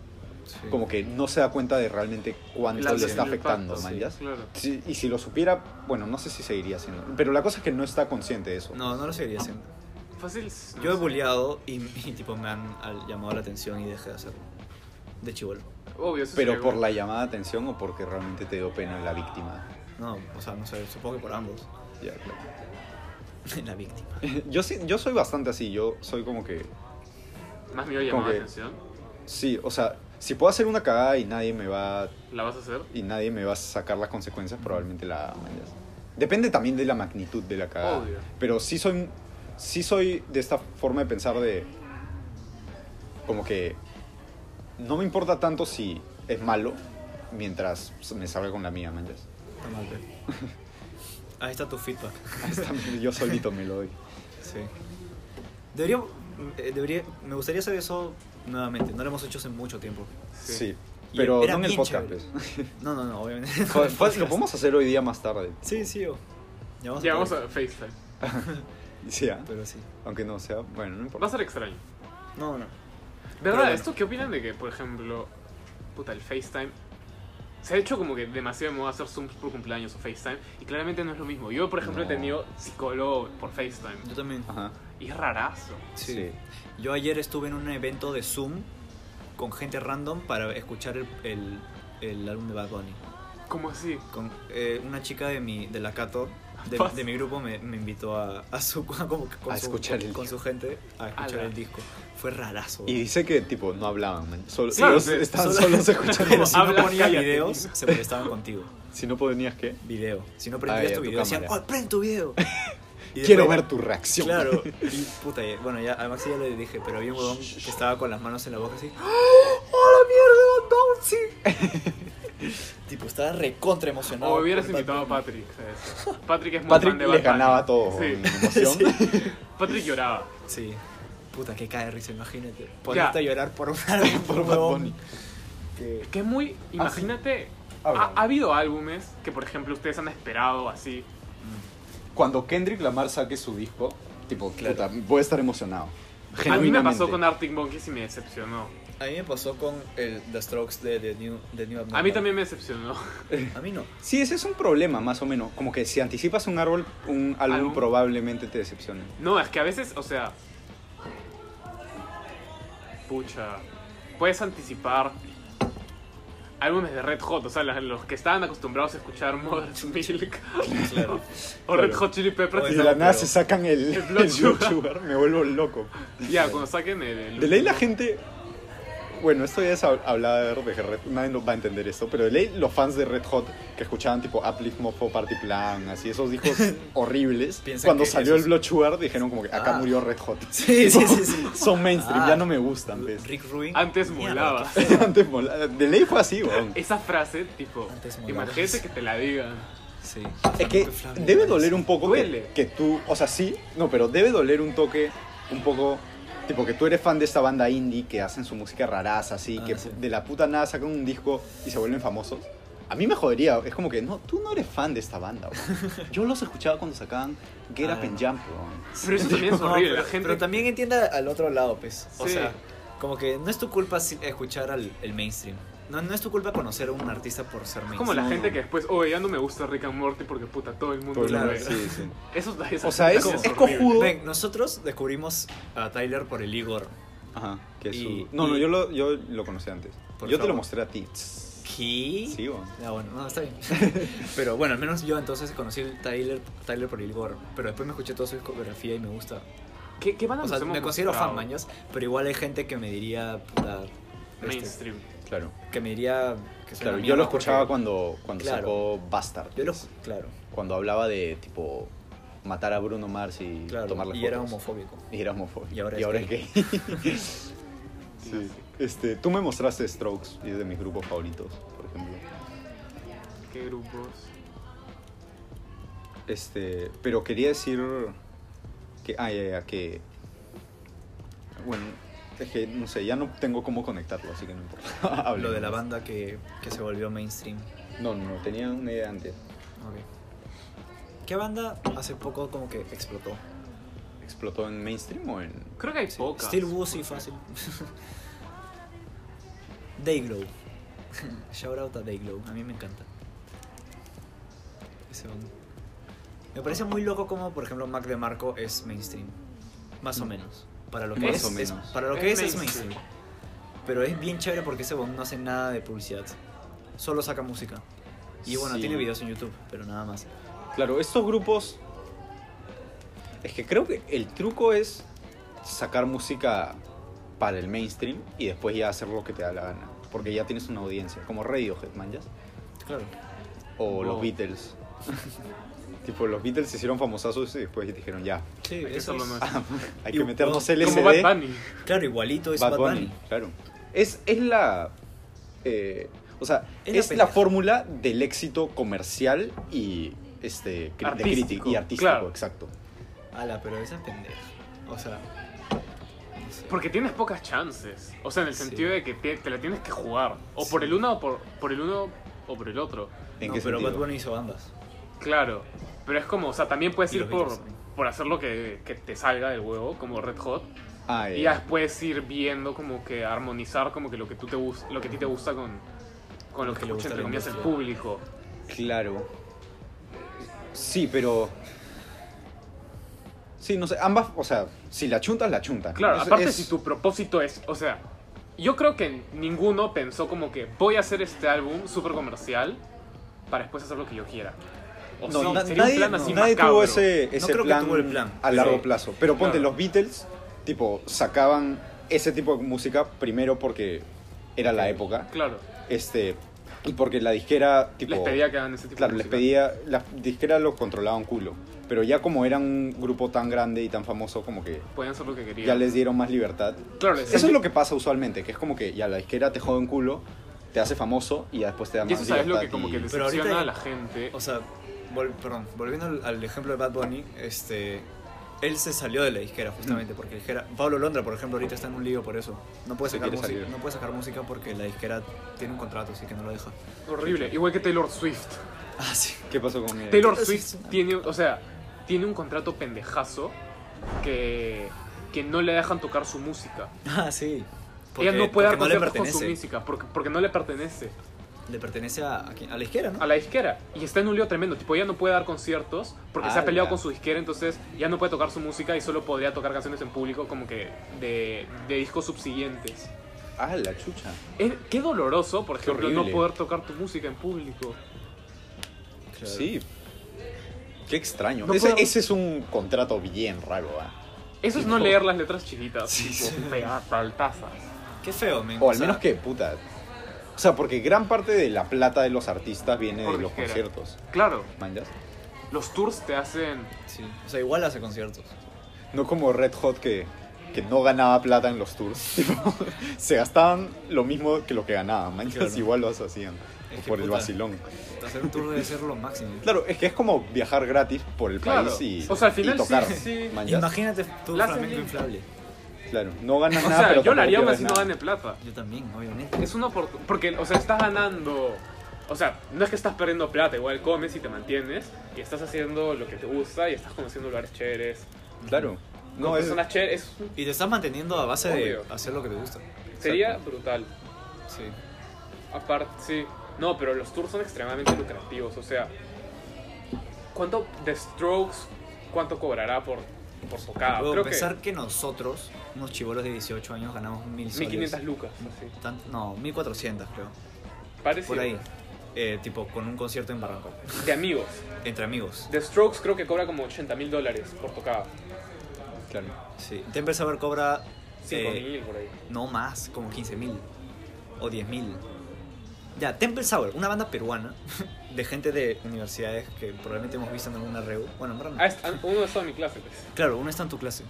Speaker 1: como que no se da cuenta de realmente cuánto
Speaker 3: La-
Speaker 1: le está
Speaker 3: el
Speaker 1: afectando,
Speaker 3: impacto,
Speaker 1: man.
Speaker 3: sí,
Speaker 1: ya.
Speaker 3: claro.
Speaker 1: Si- y si lo supiera, bueno, no sé si seguiría haciendo. Pero la cosa es que no está consciente de eso.
Speaker 2: No, no lo seguiría haciendo.
Speaker 3: Fácil.
Speaker 2: Yo he
Speaker 3: no sé.
Speaker 2: bulleado y, y, tipo me han al- llamado la atención y dejé de hacerlo. De chivolo.
Speaker 3: Obvio, eso
Speaker 1: Pero
Speaker 3: sería
Speaker 1: por
Speaker 3: como-
Speaker 1: la llamada de atención o porque realmente te dio pena la víctima.
Speaker 2: No, o sea, no sé, supongo que por ambos. [LAUGHS]
Speaker 1: Ya, claro. [LAUGHS]
Speaker 2: la víctima.
Speaker 1: Yo, sí, yo soy bastante así, yo soy como que...
Speaker 3: Más miedo llamada
Speaker 1: como
Speaker 3: la
Speaker 1: que-
Speaker 3: atención.
Speaker 1: Sí, o sea, si puedo hacer una cagada y nadie me va
Speaker 3: ¿La vas a hacer?
Speaker 1: y nadie me va a sacar las consecuencias, probablemente la haga, man, ya. Depende también de la magnitud de la cagada.
Speaker 3: Obvio.
Speaker 1: Pero sí soy, sí soy de esta forma de pensar de... Como que no me importa tanto si es malo mientras me salga con la mía, man, ya.
Speaker 2: Está mal, pe. Ahí está tu feedback.
Speaker 1: Hasta Yo solito me lo doy.
Speaker 2: Sí. Debería, eh, debería, me gustaría hacer eso nuevamente. No lo hemos hecho hace mucho tiempo.
Speaker 1: Sí.
Speaker 2: Y
Speaker 1: Pero
Speaker 2: era
Speaker 1: no en el
Speaker 2: bien
Speaker 1: podcast.
Speaker 2: chévere. [LAUGHS]
Speaker 1: pues.
Speaker 2: No, no, no, obviamente.
Speaker 1: Joder, pues, lo podemos hacer hoy día más tarde.
Speaker 2: Sí, sí, o. Ya vamos
Speaker 3: Ya vamos a FaceTime.
Speaker 1: Sí, ¿ah?
Speaker 2: Pero sí.
Speaker 1: Aunque no sea, bueno, no
Speaker 3: Va
Speaker 1: importa.
Speaker 3: a ser extraño.
Speaker 2: No, no.
Speaker 3: De verdad,
Speaker 2: bueno.
Speaker 3: ¿esto qué opinan de que, por ejemplo, puta, el FaceTime? Se ha hecho como que demasiado de moda hacer Zooms por cumpleaños o FaceTime y claramente no es lo mismo. Yo, por ejemplo,
Speaker 1: No.
Speaker 3: he tenido psicólogo por FaceTime
Speaker 2: Yo también.
Speaker 1: Ajá.
Speaker 3: y es rarazo.
Speaker 2: Sí. Yo ayer estuve en un evento de Zoom con gente random para escuchar el, el, el álbum de Bad Bunny.
Speaker 3: ¿Cómo así?
Speaker 2: Con, eh, una chica de, mi, de la Cato, de,
Speaker 3: Pas-
Speaker 2: de mi grupo, me, me invitó a, a su, [LAUGHS] a como que con
Speaker 1: A
Speaker 2: su-
Speaker 1: escuchar el
Speaker 2: con su gente a escuchar
Speaker 3: Ala.
Speaker 2: el disco. Fue rarazo.
Speaker 1: Y dice que, tipo, no hablaban, man. Solo,
Speaker 3: Sí,
Speaker 1: solo-
Speaker 3: sí.
Speaker 1: estaban
Speaker 2: Solo-
Speaker 1: solos
Speaker 2: [LAUGHS]
Speaker 1: escuchando. [LAUGHS]
Speaker 2: Pero si no
Speaker 3: Habla,
Speaker 2: ponías
Speaker 3: cállate.
Speaker 2: videos, se molestaban contigo.
Speaker 1: si no ponías, ¿qué?
Speaker 2: Video. Si no
Speaker 1: Ah,
Speaker 2: prendías
Speaker 1: ya,
Speaker 2: tu
Speaker 1: tu
Speaker 2: video, decían,
Speaker 1: cámara.
Speaker 2: oh, prende
Speaker 1: [LAUGHS]
Speaker 2: tu video. Y
Speaker 1: Quiero
Speaker 2: después-
Speaker 1: ver tu reacción.
Speaker 2: Claro, y puta, y- bueno, ya, a Maxi ya le dije, pero había un huevón que estaba con las manos en la boca así.
Speaker 1: ¡Oh, la ¡Ah! mierda!
Speaker 2: [LAUGHS] Tipo, estaba recontra emocionado.
Speaker 3: O hubieras
Speaker 2: por el
Speaker 3: invitado a
Speaker 2: Batman.
Speaker 3: Patrick. a eso. Patrick es muy
Speaker 1: Patrick
Speaker 3: fan de
Speaker 1: les
Speaker 3: Batman.
Speaker 1: ganaba todo.
Speaker 3: [LAUGHS] Sí.
Speaker 1: en emoción.
Speaker 3: Patrick lloraba.
Speaker 2: Sí. Puta, que cae de risa, imagínate. Ponerte a llorar por
Speaker 3: [LAUGHS]
Speaker 2: un
Speaker 1: [LAUGHS] Por
Speaker 2: por un
Speaker 1: Bad
Speaker 2: huevón
Speaker 1: Bunny.
Speaker 2: que-
Speaker 3: Que es muy. Imagínate.
Speaker 1: Ah,
Speaker 3: Ha,
Speaker 1: bueno.
Speaker 3: ha habido álbumes que, por ejemplo, ustedes han esperado así.
Speaker 1: Cuando Kendrick Lamar saque su disco, tipo,
Speaker 2: Claro.
Speaker 1: puta, voy a estar emocionado.
Speaker 3: A mí me
Speaker 1: Genuinamente.
Speaker 3: pasó con Arctic Monkeys y me decepcionó.
Speaker 2: A mí me pasó con el The Strokes de The New, The New Abnormal.
Speaker 3: A mí también me decepcionó.
Speaker 2: A mí
Speaker 3: [LAUGHS]
Speaker 2: no.
Speaker 1: Sí, ese es un problema, más o menos. Como que si anticipas un árbol, un álbum
Speaker 3: Álbum.
Speaker 1: probablemente te decepcione.
Speaker 3: No, es que a veces, o sea. Pucha. Puedes anticipar álbumes de Red Hot, o sea, las- los que estaban acostumbrados a escuchar Mother's Milk
Speaker 2: Claro.
Speaker 3: o Red Hot Chili Peppers.
Speaker 1: Y
Speaker 2: Oye,
Speaker 1: de
Speaker 2: no,
Speaker 1: la nada
Speaker 2: pero-
Speaker 1: se sacan el,
Speaker 3: El Blood
Speaker 1: el
Speaker 3: Sugar.
Speaker 1: Sugar, me vuelvo loco.
Speaker 3: Ya, cuando saquen el. el-
Speaker 1: De ley la gente... Bueno, esto ya es hab- hablada de Red nadie lo va a entender esto, pero de ley los fans de Red Hot que escuchaban tipo Uplift Mofo Party Plan, así esos
Speaker 2: [LAUGHS]
Speaker 1: discos horribles,
Speaker 2: Piensan
Speaker 1: cuando
Speaker 2: que
Speaker 1: salió el
Speaker 2: esos-
Speaker 1: Blood Sugar dijeron como que acá
Speaker 2: Ah.
Speaker 1: murió Red Hot.
Speaker 2: [LAUGHS] Sí, sí, sí, sí.
Speaker 1: [LAUGHS] Son mainstream,
Speaker 2: Ah.
Speaker 1: ya no me gustan. pues. [LAUGHS]
Speaker 2: Rick Rubin.
Speaker 3: Antes
Speaker 2: Mierda,
Speaker 3: molaba.
Speaker 2: qué feo.
Speaker 1: Antes mola- De ley fue así, weón.
Speaker 3: Esa frase, tipo,
Speaker 2: Antes molaba.
Speaker 3: imagínate que te la digan.
Speaker 2: Sí.
Speaker 1: Es que
Speaker 2: Flavio,
Speaker 1: debe
Speaker 2: sí.
Speaker 1: doler un poco que,
Speaker 3: Duele.
Speaker 1: que tú, o sea, sí, no, pero debe doler un toque, un poco, tipo que tú eres fan de esta banda indie que hacen su música raraza, así,
Speaker 2: Ah,
Speaker 1: que
Speaker 2: sí.
Speaker 1: de la puta nada sacan un disco y se vuelven famosos. A mí me jodería, es como que, no, tú no eres fan de esta banda,
Speaker 2: [LAUGHS]
Speaker 1: weón. Yo los escuchaba cuando sacaban Get
Speaker 2: Ah.
Speaker 1: Up and Jump, weón.
Speaker 2: [LAUGHS]
Speaker 3: Pero eso también es
Speaker 2: No,
Speaker 3: horrible.
Speaker 2: pero,
Speaker 3: la gente.
Speaker 2: pero también entienda al otro lado, pues. O
Speaker 3: Sí.
Speaker 2: sea, como que no es tu culpa si- escuchar al el mainstream. No, no es tu culpa conocer a un artista por ser mainstream.
Speaker 3: es como la
Speaker 1: No,
Speaker 3: gente
Speaker 1: no.
Speaker 3: que después, oye, ya no me gusta Rick and Morty porque puta, todo el mundo
Speaker 1: Todo el
Speaker 3: lo
Speaker 1: mundo,
Speaker 3: ve.
Speaker 1: sí, sí.
Speaker 3: Eso,
Speaker 1: O sea, es-
Speaker 3: también
Speaker 1: es
Speaker 3: horrible.
Speaker 1: cojudo.
Speaker 2: Ven, nosotros descubrimos a Tyler por el Igor.
Speaker 1: Ajá, que es
Speaker 2: Y-
Speaker 1: su... No, no,
Speaker 2: y-
Speaker 1: yo lo, yo lo conocí antes.
Speaker 2: Por
Speaker 1: yo te
Speaker 2: favor.
Speaker 1: lo mostré a ti.
Speaker 2: ¿Qué?
Speaker 1: Sí, weón.
Speaker 2: Ah, bueno, no, está bien. [LAUGHS] pero bueno, al menos yo entonces conocí el Tyler, Tyler por el Igor. Pero después me escuché toda su discografía y me gusta.
Speaker 3: ¿Qué, qué bandas
Speaker 2: O sea,
Speaker 3: nos hemos
Speaker 2: me considero
Speaker 3: mostrado?
Speaker 2: fan, maños. Pero igual hay gente que me diría. puta, este,
Speaker 3: Mainstream.
Speaker 1: Claro.
Speaker 2: que me diría. Que es una
Speaker 1: Claro, yo
Speaker 2: mierda
Speaker 1: lo escuchaba
Speaker 2: porque-
Speaker 1: cuando, cuando
Speaker 2: Claro.
Speaker 1: sacó Bastard.
Speaker 2: Yo lo.
Speaker 1: pues.
Speaker 2: Claro.
Speaker 1: cuando hablaba de tipo matar a Bruno Mars y
Speaker 2: Claro,
Speaker 1: tomar las
Speaker 2: y
Speaker 1: fotos.
Speaker 2: era homofóbico.
Speaker 1: [LAUGHS] Y era homofóbico.
Speaker 2: Y ahora es
Speaker 1: es
Speaker 2: gay.
Speaker 1: gay.
Speaker 2: [LAUGHS]
Speaker 3: Sí.
Speaker 1: Este, tú me mostraste Strokes y es de mis grupos favoritos, por ejemplo.
Speaker 3: ¿Qué grupos?
Speaker 1: Este, pero quería decir que ah, ya, ya, que bueno, es que no sé, ya no tengo cómo conectarlo, así que no importa. [LAUGHS]
Speaker 2: Lo
Speaker 1: Hablemos.
Speaker 2: de la banda que, que se volvió mainstream.
Speaker 1: No, no, no, tenía una idea antes.
Speaker 2: Ok. ¿Qué banda hace poco como que explotó?
Speaker 1: ¿Explotó en mainstream o en
Speaker 3: Creo que hay pocas.
Speaker 2: Steel Woozy, fácil.
Speaker 1: [LAUGHS]
Speaker 2: Dayglow. Shout out a Dayglow, a mí me encanta. Ese banda. Me parece muy loco como, por ejemplo, Mac DeMarco es mainstream. Más o menos. Para lo que
Speaker 1: Mm. Más
Speaker 2: es,
Speaker 1: o
Speaker 2: es-
Speaker 1: menos.
Speaker 2: para lo que es,
Speaker 3: Es
Speaker 2: es
Speaker 3: mainstream.
Speaker 2: mainstream. Pero es bien chévere porque ese bond no hace nada de publicidad. Solo saca música. Y bueno,
Speaker 1: Sí.
Speaker 2: tiene videos en YouTube, pero nada más.
Speaker 1: Claro, estos grupos. Es que creo que el truco es sacar música para el mainstream y después ya hacer lo que te da la gana. Porque ya tienes una audiencia, como Radiohead, manjas.
Speaker 2: Claro.
Speaker 1: O
Speaker 3: Wow.
Speaker 1: los Beatles. [LAUGHS] tipo, los Beatles se hicieron famosos y después dijeron ya,
Speaker 2: Sí,
Speaker 3: Hay que
Speaker 2: eso
Speaker 3: hacerlo
Speaker 2: es-
Speaker 3: nuestro.
Speaker 1: hay
Speaker 2: Y-
Speaker 1: que meternos
Speaker 2: como
Speaker 1: LSD.
Speaker 3: Como Bad Bunny.
Speaker 2: Claro, igualito es
Speaker 1: Bad
Speaker 2: Bad,
Speaker 1: Bunny,
Speaker 2: Bunny.
Speaker 1: claro. Es, es la. eh, o sea,
Speaker 2: Es la
Speaker 1: es, la,
Speaker 2: pendeja.
Speaker 1: fórmula del éxito comercial y. Este, cri- de
Speaker 3: Artístico,
Speaker 1: crítico y artístico,
Speaker 3: claro.
Speaker 1: exacto.
Speaker 2: Ala, pero esa es pendeja. O sea, no sé.
Speaker 3: Porque tienes pocas chances. O sea, en el
Speaker 2: Sí.
Speaker 3: sentido de que te, te la tienes que jugar. O
Speaker 2: Sí.
Speaker 3: por el uno o por, por el uno o por el otro.
Speaker 1: ¿En
Speaker 2: no,
Speaker 1: qué
Speaker 2: pero
Speaker 1: sentido?
Speaker 2: Bad Bunny hizo ambas.
Speaker 3: Claro. Pero es como, o sea, también puedes
Speaker 2: Y
Speaker 3: ir
Speaker 2: los
Speaker 3: por,
Speaker 2: Beatles, ¿no?
Speaker 3: por hacer lo que, que te salga del huevo, como Red Hot.
Speaker 1: Ah,
Speaker 3: Y
Speaker 1: ya.
Speaker 3: ya después ir viendo como que armonizar como que lo que tú te gusta, lo que a ti te gusta con, con
Speaker 2: Lo
Speaker 3: lo que
Speaker 2: que le gusta
Speaker 3: escucha entre
Speaker 2: a la
Speaker 3: comillas el
Speaker 2: industria.
Speaker 3: público.
Speaker 1: Claro. Sí, pero. Sí, no sé, ambas, o sea, si la chuntas, la chuntas.
Speaker 3: Claro,
Speaker 1: Es-
Speaker 3: aparte
Speaker 1: es-
Speaker 3: si tu propósito es, o sea, yo creo que ninguno pensó como que voy a hacer este álbum súper comercial para después hacer lo que yo quiera. O
Speaker 1: No,
Speaker 3: sí,
Speaker 1: na-
Speaker 3: sería
Speaker 1: nadie,
Speaker 3: un plan así
Speaker 1: nadie
Speaker 3: macabro.
Speaker 1: tuvo ese, ese
Speaker 2: creo que
Speaker 1: plan,
Speaker 2: tuvo el plan.
Speaker 1: a largo
Speaker 3: Sí.
Speaker 1: plazo. Pero ponte,
Speaker 3: Claro.
Speaker 1: los Beatles, tipo, sacaban ese tipo de música primero porque era la época.
Speaker 3: Claro,
Speaker 1: Este. Y porque la disquera, tipo.
Speaker 3: les pedía que hagan ese tipo
Speaker 1: Claro,
Speaker 3: de
Speaker 1: les
Speaker 3: música.
Speaker 1: pedía, la disquera los controlaba un culo. Pero ya como eran un grupo tan grande y tan famoso, como que
Speaker 3: Podían hacer lo que querían.
Speaker 1: ya les dieron más libertad.
Speaker 3: Claro, les-
Speaker 1: Eso es lo que pasa usualmente, que es como que ya la izquierda te jode un culo, te hace famoso y ya después te da
Speaker 3: Y
Speaker 1: más
Speaker 3: eso sabes lo
Speaker 1: libertad
Speaker 3: que como
Speaker 1: y-
Speaker 3: que
Speaker 2: Pero
Speaker 3: decepciona
Speaker 2: ahorita-
Speaker 3: a la gente.
Speaker 2: O sea, vol- perdón, volviendo al, al ejemplo de Bad Bunny, este, él se salió de la disquera justamente porque la disquera, Pablo Londra, por ejemplo, ahorita está en un lío por eso. No puede
Speaker 1: Mm. Se
Speaker 2: sacar
Speaker 1: quiere
Speaker 2: música,
Speaker 1: salir.
Speaker 2: no puede sacar música porque la disquera tiene un contrato, así que no lo
Speaker 1: [LAUGHS]
Speaker 2: deja.
Speaker 3: Horrible, igual que Taylor Swift.
Speaker 2: Ah, sí.
Speaker 1: ¿Qué pasó con él?
Speaker 3: Taylor
Speaker 2: Sí,
Speaker 3: Swift
Speaker 2: sí, sí.
Speaker 3: tiene, o sea, tiene un contrato pendejazo que, que no le dejan tocar su música.
Speaker 2: Ah, sí.
Speaker 3: Ella no puede dar
Speaker 2: porque no le
Speaker 3: conciertos con su
Speaker 2: pertenece.
Speaker 3: música porque, porque no le pertenece
Speaker 2: le pertenece a, a quién? a la disquera, ¿no?
Speaker 3: a la disquera. Y está en un lío tremendo. Tipo, ella no puede dar conciertos porque se ha
Speaker 2: Ah,
Speaker 1: Ala.
Speaker 3: peleado con su disquera, entonces ya no puede tocar su música y solo podría tocar canciones en público como que de, de discos subsiguientes.
Speaker 1: Ah, la chucha.
Speaker 3: Es- qué doloroso, por
Speaker 1: Qué
Speaker 3: ejemplo, no
Speaker 1: horrible.
Speaker 3: poder tocar tu música en público.
Speaker 2: Claro.
Speaker 1: Sí. Qué extraño.
Speaker 3: No
Speaker 1: ese,
Speaker 3: podemos-
Speaker 1: ese es un contrato bien raro, ¿ah?
Speaker 3: Eso es
Speaker 1: Tipo-
Speaker 3: no leer las letras chiquitas,
Speaker 2: Sí,
Speaker 3: tipo,
Speaker 2: sí.
Speaker 3: feas, altazas.
Speaker 2: Qué feo, men.
Speaker 1: O al
Speaker 2: sea,
Speaker 1: menos que, puta. O sea, porque gran parte de la plata de los artistas viene
Speaker 3: Por
Speaker 1: de los
Speaker 3: disquera.
Speaker 1: conciertos.
Speaker 3: Claro,
Speaker 1: ¿Manjas?
Speaker 3: los tours te hacen
Speaker 2: Sí. O sea, igual hace conciertos.
Speaker 1: No como Red Hot que, que no ganaba plata [LAUGHS] en los tours. Tipo, se gastaban lo mismo que lo que ganaban, manjas.
Speaker 2: Claro.
Speaker 1: Igual los hacían.
Speaker 2: Es que,
Speaker 1: por el
Speaker 2: puta,
Speaker 1: vacilón.
Speaker 2: Hacer un tour debe ser lo máximo.
Speaker 1: [LAUGHS] Claro, es que es como viajar gratis por el
Speaker 3: Claro.
Speaker 1: país y,
Speaker 3: O sea, al final
Speaker 1: y tocar.
Speaker 3: sí, sí.
Speaker 1: manchas.
Speaker 2: Imagínate tu
Speaker 3: La hacen
Speaker 2: flamenco
Speaker 3: bien.
Speaker 2: inflable.
Speaker 1: Claro, no ganas
Speaker 3: O
Speaker 1: nada.
Speaker 3: sea,
Speaker 1: pero
Speaker 3: yo
Speaker 1: tampoco
Speaker 3: lo haría más
Speaker 1: pierdes
Speaker 3: si no
Speaker 1: nada.
Speaker 3: gane plata.
Speaker 2: Yo también, obviamente.
Speaker 3: Es una oportunidad. Porque, o sea, estás ganando. O sea, no es que estás perdiendo plata, igual comes y te mantienes. Y estás haciendo lo que te gusta y estás conociendo lugares chéveres.
Speaker 1: Claro.
Speaker 3: No,
Speaker 1: No, es,
Speaker 3: personas chéveres. es un-
Speaker 2: Y te estás manteniendo a base
Speaker 3: Obvio.
Speaker 2: de hacer lo que te gusta.
Speaker 3: Sería brutal.
Speaker 2: Sí.
Speaker 3: Aparte, sí. No, pero los tours son extremadamente lucrativos. O sea, ¿cuánto de strokes, cuánto cobrará por, por tocada?
Speaker 2: Luego,
Speaker 3: Creo
Speaker 2: pensar que... nosotros, unos chivolos de 18 años, ganamos mil
Speaker 3: que
Speaker 2: soles.
Speaker 3: 1500 lucas. Así.
Speaker 2: Tant- no, 1400 creo.
Speaker 3: Parece.
Speaker 2: Por ahí. Eh, tipo, con un concierto en Barranco.
Speaker 3: De amigos.
Speaker 2: Entre amigos.
Speaker 3: De strokes creo que cobra como 80 mil dólares por tocada.
Speaker 1: claro.
Speaker 2: Sí. Temper Saber cobra...
Speaker 3: 5
Speaker 2: eh,
Speaker 3: mil por ahí.
Speaker 2: No más, como 15.000 o 10.000. Ya, Temple Sour, una banda peruana [LAUGHS] de gente de universidades que probablemente hemos visto en alguna reu. Bueno, en verdad no.
Speaker 3: Ah, es- ah, uno de esos de mi clase, pues.
Speaker 2: Claro, uno está en tu clase.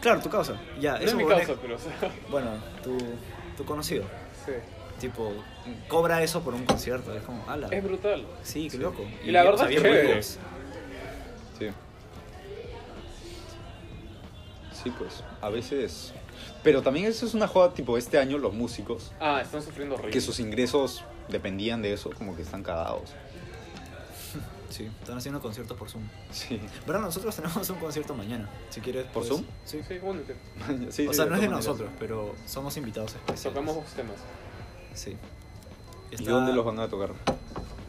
Speaker 2: Claro, tu causa. Ya,
Speaker 3: No es
Speaker 2: Ah, eso
Speaker 3: mi
Speaker 2: huevón
Speaker 3: causa, pero
Speaker 2: [LAUGHS]
Speaker 3: o sea,
Speaker 2: es- Bueno, tu, tu conocido.
Speaker 3: sí.
Speaker 2: Tipo, cobra eso por un concierto. Es como, ala.
Speaker 3: Es brutal.
Speaker 2: Sí, qué
Speaker 1: Sí.
Speaker 2: loco.
Speaker 3: Y la verdad es
Speaker 2: bien
Speaker 3: chévere.
Speaker 2: ricos.
Speaker 1: Sí. Sí, pues, a veces. Pero también eso es una joda, tipo, este año los músicos,
Speaker 3: Ah, están sufriendo horrible.
Speaker 1: que sus ingresos dependían de eso, como que están cagados.
Speaker 2: Sí, están haciendo conciertos por Zoom.
Speaker 1: Sí. [LAUGHS]
Speaker 2: Pero nosotros [LAUGHS] tenemos un concierto mañana. Si quieres.
Speaker 1: ¿Por
Speaker 2: puedes-
Speaker 1: Zoom?
Speaker 2: Sí.
Speaker 3: Sí, bueno, que
Speaker 1: Sí,
Speaker 2: o
Speaker 1: sí,
Speaker 2: sea, no es de
Speaker 1: todas maneras.
Speaker 2: nosotros, pero somos invitados especiales.
Speaker 3: tocamos dos temas.
Speaker 2: Sí.
Speaker 1: ¿Y
Speaker 2: Está-
Speaker 1: dónde los van a tocar?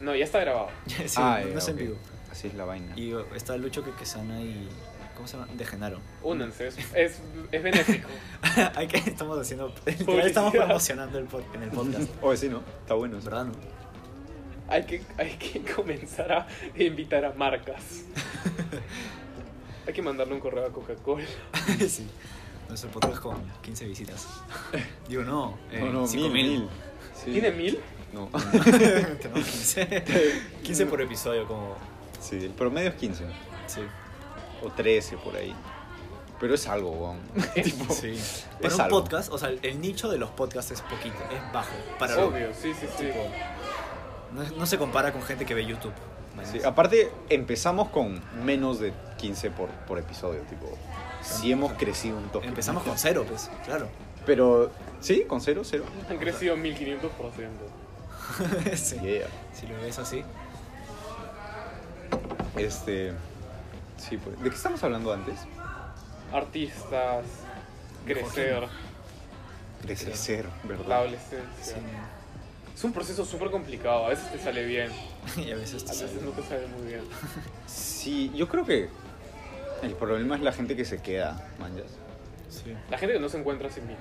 Speaker 3: No, ya está grabado.
Speaker 2: [LAUGHS] Sí,
Speaker 1: Ah,
Speaker 2: no
Speaker 1: ya,
Speaker 2: es en
Speaker 1: ok.
Speaker 2: vivo.
Speaker 1: Así es la vaina.
Speaker 2: Y uh, está Lucho que Quesana y. ¿Cómo se llama? De Genaro.
Speaker 3: Únanse, es, es, es benéfico.
Speaker 2: [LAUGHS] Hay que estamos haciendo.
Speaker 3: Publicidad.
Speaker 2: estamos promocionando el pod- en el podcast.
Speaker 1: [LAUGHS] Oye, sí, ¿no? Está bueno. eso.
Speaker 2: ¿Verdad? No?
Speaker 3: hay, que, hay que comenzar a invitar a marcas. hay que mandarle un correo a Coca-Cola.
Speaker 2: sí. Nuestro podcast con 15 visitas. Digo, no. eh,
Speaker 1: No, no, mil,
Speaker 2: 5.000.
Speaker 1: mil.
Speaker 2: [LAUGHS]
Speaker 1: Sí.
Speaker 3: ¿Tiene mil?
Speaker 1: No.
Speaker 2: Tenemos 15.
Speaker 1: [LAUGHS]
Speaker 2: 15 por episodio, como.
Speaker 1: Sí, el promedio es 15
Speaker 2: Sí.
Speaker 1: o 13 por ahí. Pero es algo,
Speaker 2: [LAUGHS]
Speaker 1: weón. Tipo,
Speaker 2: Sí. Para un
Speaker 1: algo.
Speaker 2: podcast, o sea, el- el nicho de los podcasts es poquito, es bajo. Para lo-
Speaker 3: Obvio, sí, sí, sí.
Speaker 2: no, no se compara con gente que ve YouTube.
Speaker 1: Sí, aparte, empezamos con menos de 15 por, por episodio, tipo. Sí hemos crecido un toque.
Speaker 2: Empezamos con cero, pues, claro. [LAUGHS]
Speaker 1: Pero, ¿sí? ¿Con cero? ¿Cero?
Speaker 3: Han crecido 1500%.
Speaker 2: Sí.
Speaker 1: Yeah.
Speaker 2: Si lo ves así.
Speaker 1: Este... Sí, pues. ¿De qué estamos hablando antes?
Speaker 3: Artistas, crecer,
Speaker 1: Crecer,
Speaker 3: la
Speaker 1: ¿verdad?
Speaker 3: adolescencia. Es un proceso súper complicado. A veces te sale bien,
Speaker 2: [LAUGHS] y a veces te
Speaker 3: a veces no te sale muy bien.
Speaker 1: Sí, yo creo que el problema es la gente que se queda, manjas.
Speaker 2: Sí.
Speaker 3: La gente que no se encuentra a sí misma.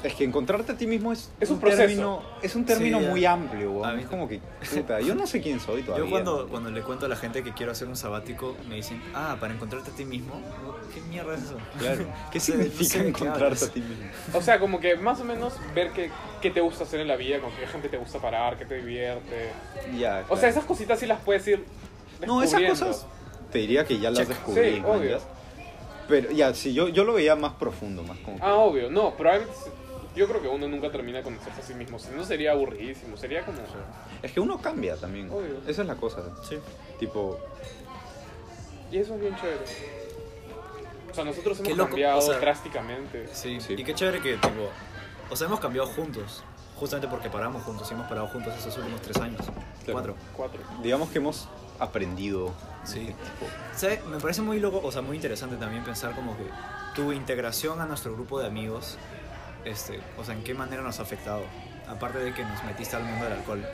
Speaker 1: Es que encontrarte a ti mismo es,
Speaker 3: Es un proceso.
Speaker 1: término, es un término
Speaker 2: Sí, ya.
Speaker 1: muy amplio,
Speaker 2: A
Speaker 1: weón.
Speaker 2: mí
Speaker 1: Es como que, puta, yo no sé quién soy todavía.
Speaker 2: Yo cuando, cuando le cuento a la gente que quiero hacer un sabático, me dicen, ah, para encontrarte a ti mismo. ¿Qué mierda es eso?
Speaker 1: Claro. ¿Qué
Speaker 2: No sé- no
Speaker 1: significa
Speaker 2: sé de [LAUGHS] qué
Speaker 1: encontrarte a
Speaker 2: hablas.
Speaker 1: ti mismo?
Speaker 3: O sea, como que más o menos ver qué, qué te gusta hacer en la vida, con qué gente te gusta parar, qué te divierte.
Speaker 1: Ya.
Speaker 3: O
Speaker 1: claro.
Speaker 3: [LAUGHS] sea, esas cositas sí las puedes ir
Speaker 1: No, esas
Speaker 3: descubriendo.
Speaker 1: cosas te diría que ya las
Speaker 2: Check.
Speaker 1: descubrí.
Speaker 3: Sí,
Speaker 1: man,
Speaker 3: obvio.
Speaker 1: ya. Pero ya, sí, yo, yo lo veía más profundo, más como... que-
Speaker 3: Ah, obvio, no, pero hay veces- yo creo que uno nunca termina de conocerse a sí mismo, si no sería aburridísimo, sería como...
Speaker 1: Es que uno cambia también.
Speaker 3: Obvio.
Speaker 1: Esa es la cosa.
Speaker 2: Sí.
Speaker 1: Tipo,
Speaker 3: Y eso es bien chévere. O sea, nosotros hemos
Speaker 2: Qué loco,
Speaker 3: cambiado
Speaker 2: o sea-
Speaker 3: drásticamente.
Speaker 2: sí.
Speaker 1: Sí.
Speaker 2: Y qué chévere que, tipo, o sea, hemos cambiado juntos. Justamente porque paramos juntos y hemos parado juntos esos últimos tres años. Cuatro.
Speaker 3: Cuatro.
Speaker 1: digamos que hemos aprendido.
Speaker 2: Sí.
Speaker 1: Tipo,
Speaker 2: ¿Sabes? Me parece muy loco, o sea, muy interesante también pensar como que tu integración a nuestro grupo de amigos, este, o sea, en qué manera nos ha afectado. Aparte de que nos metiste al mundo del alcohol.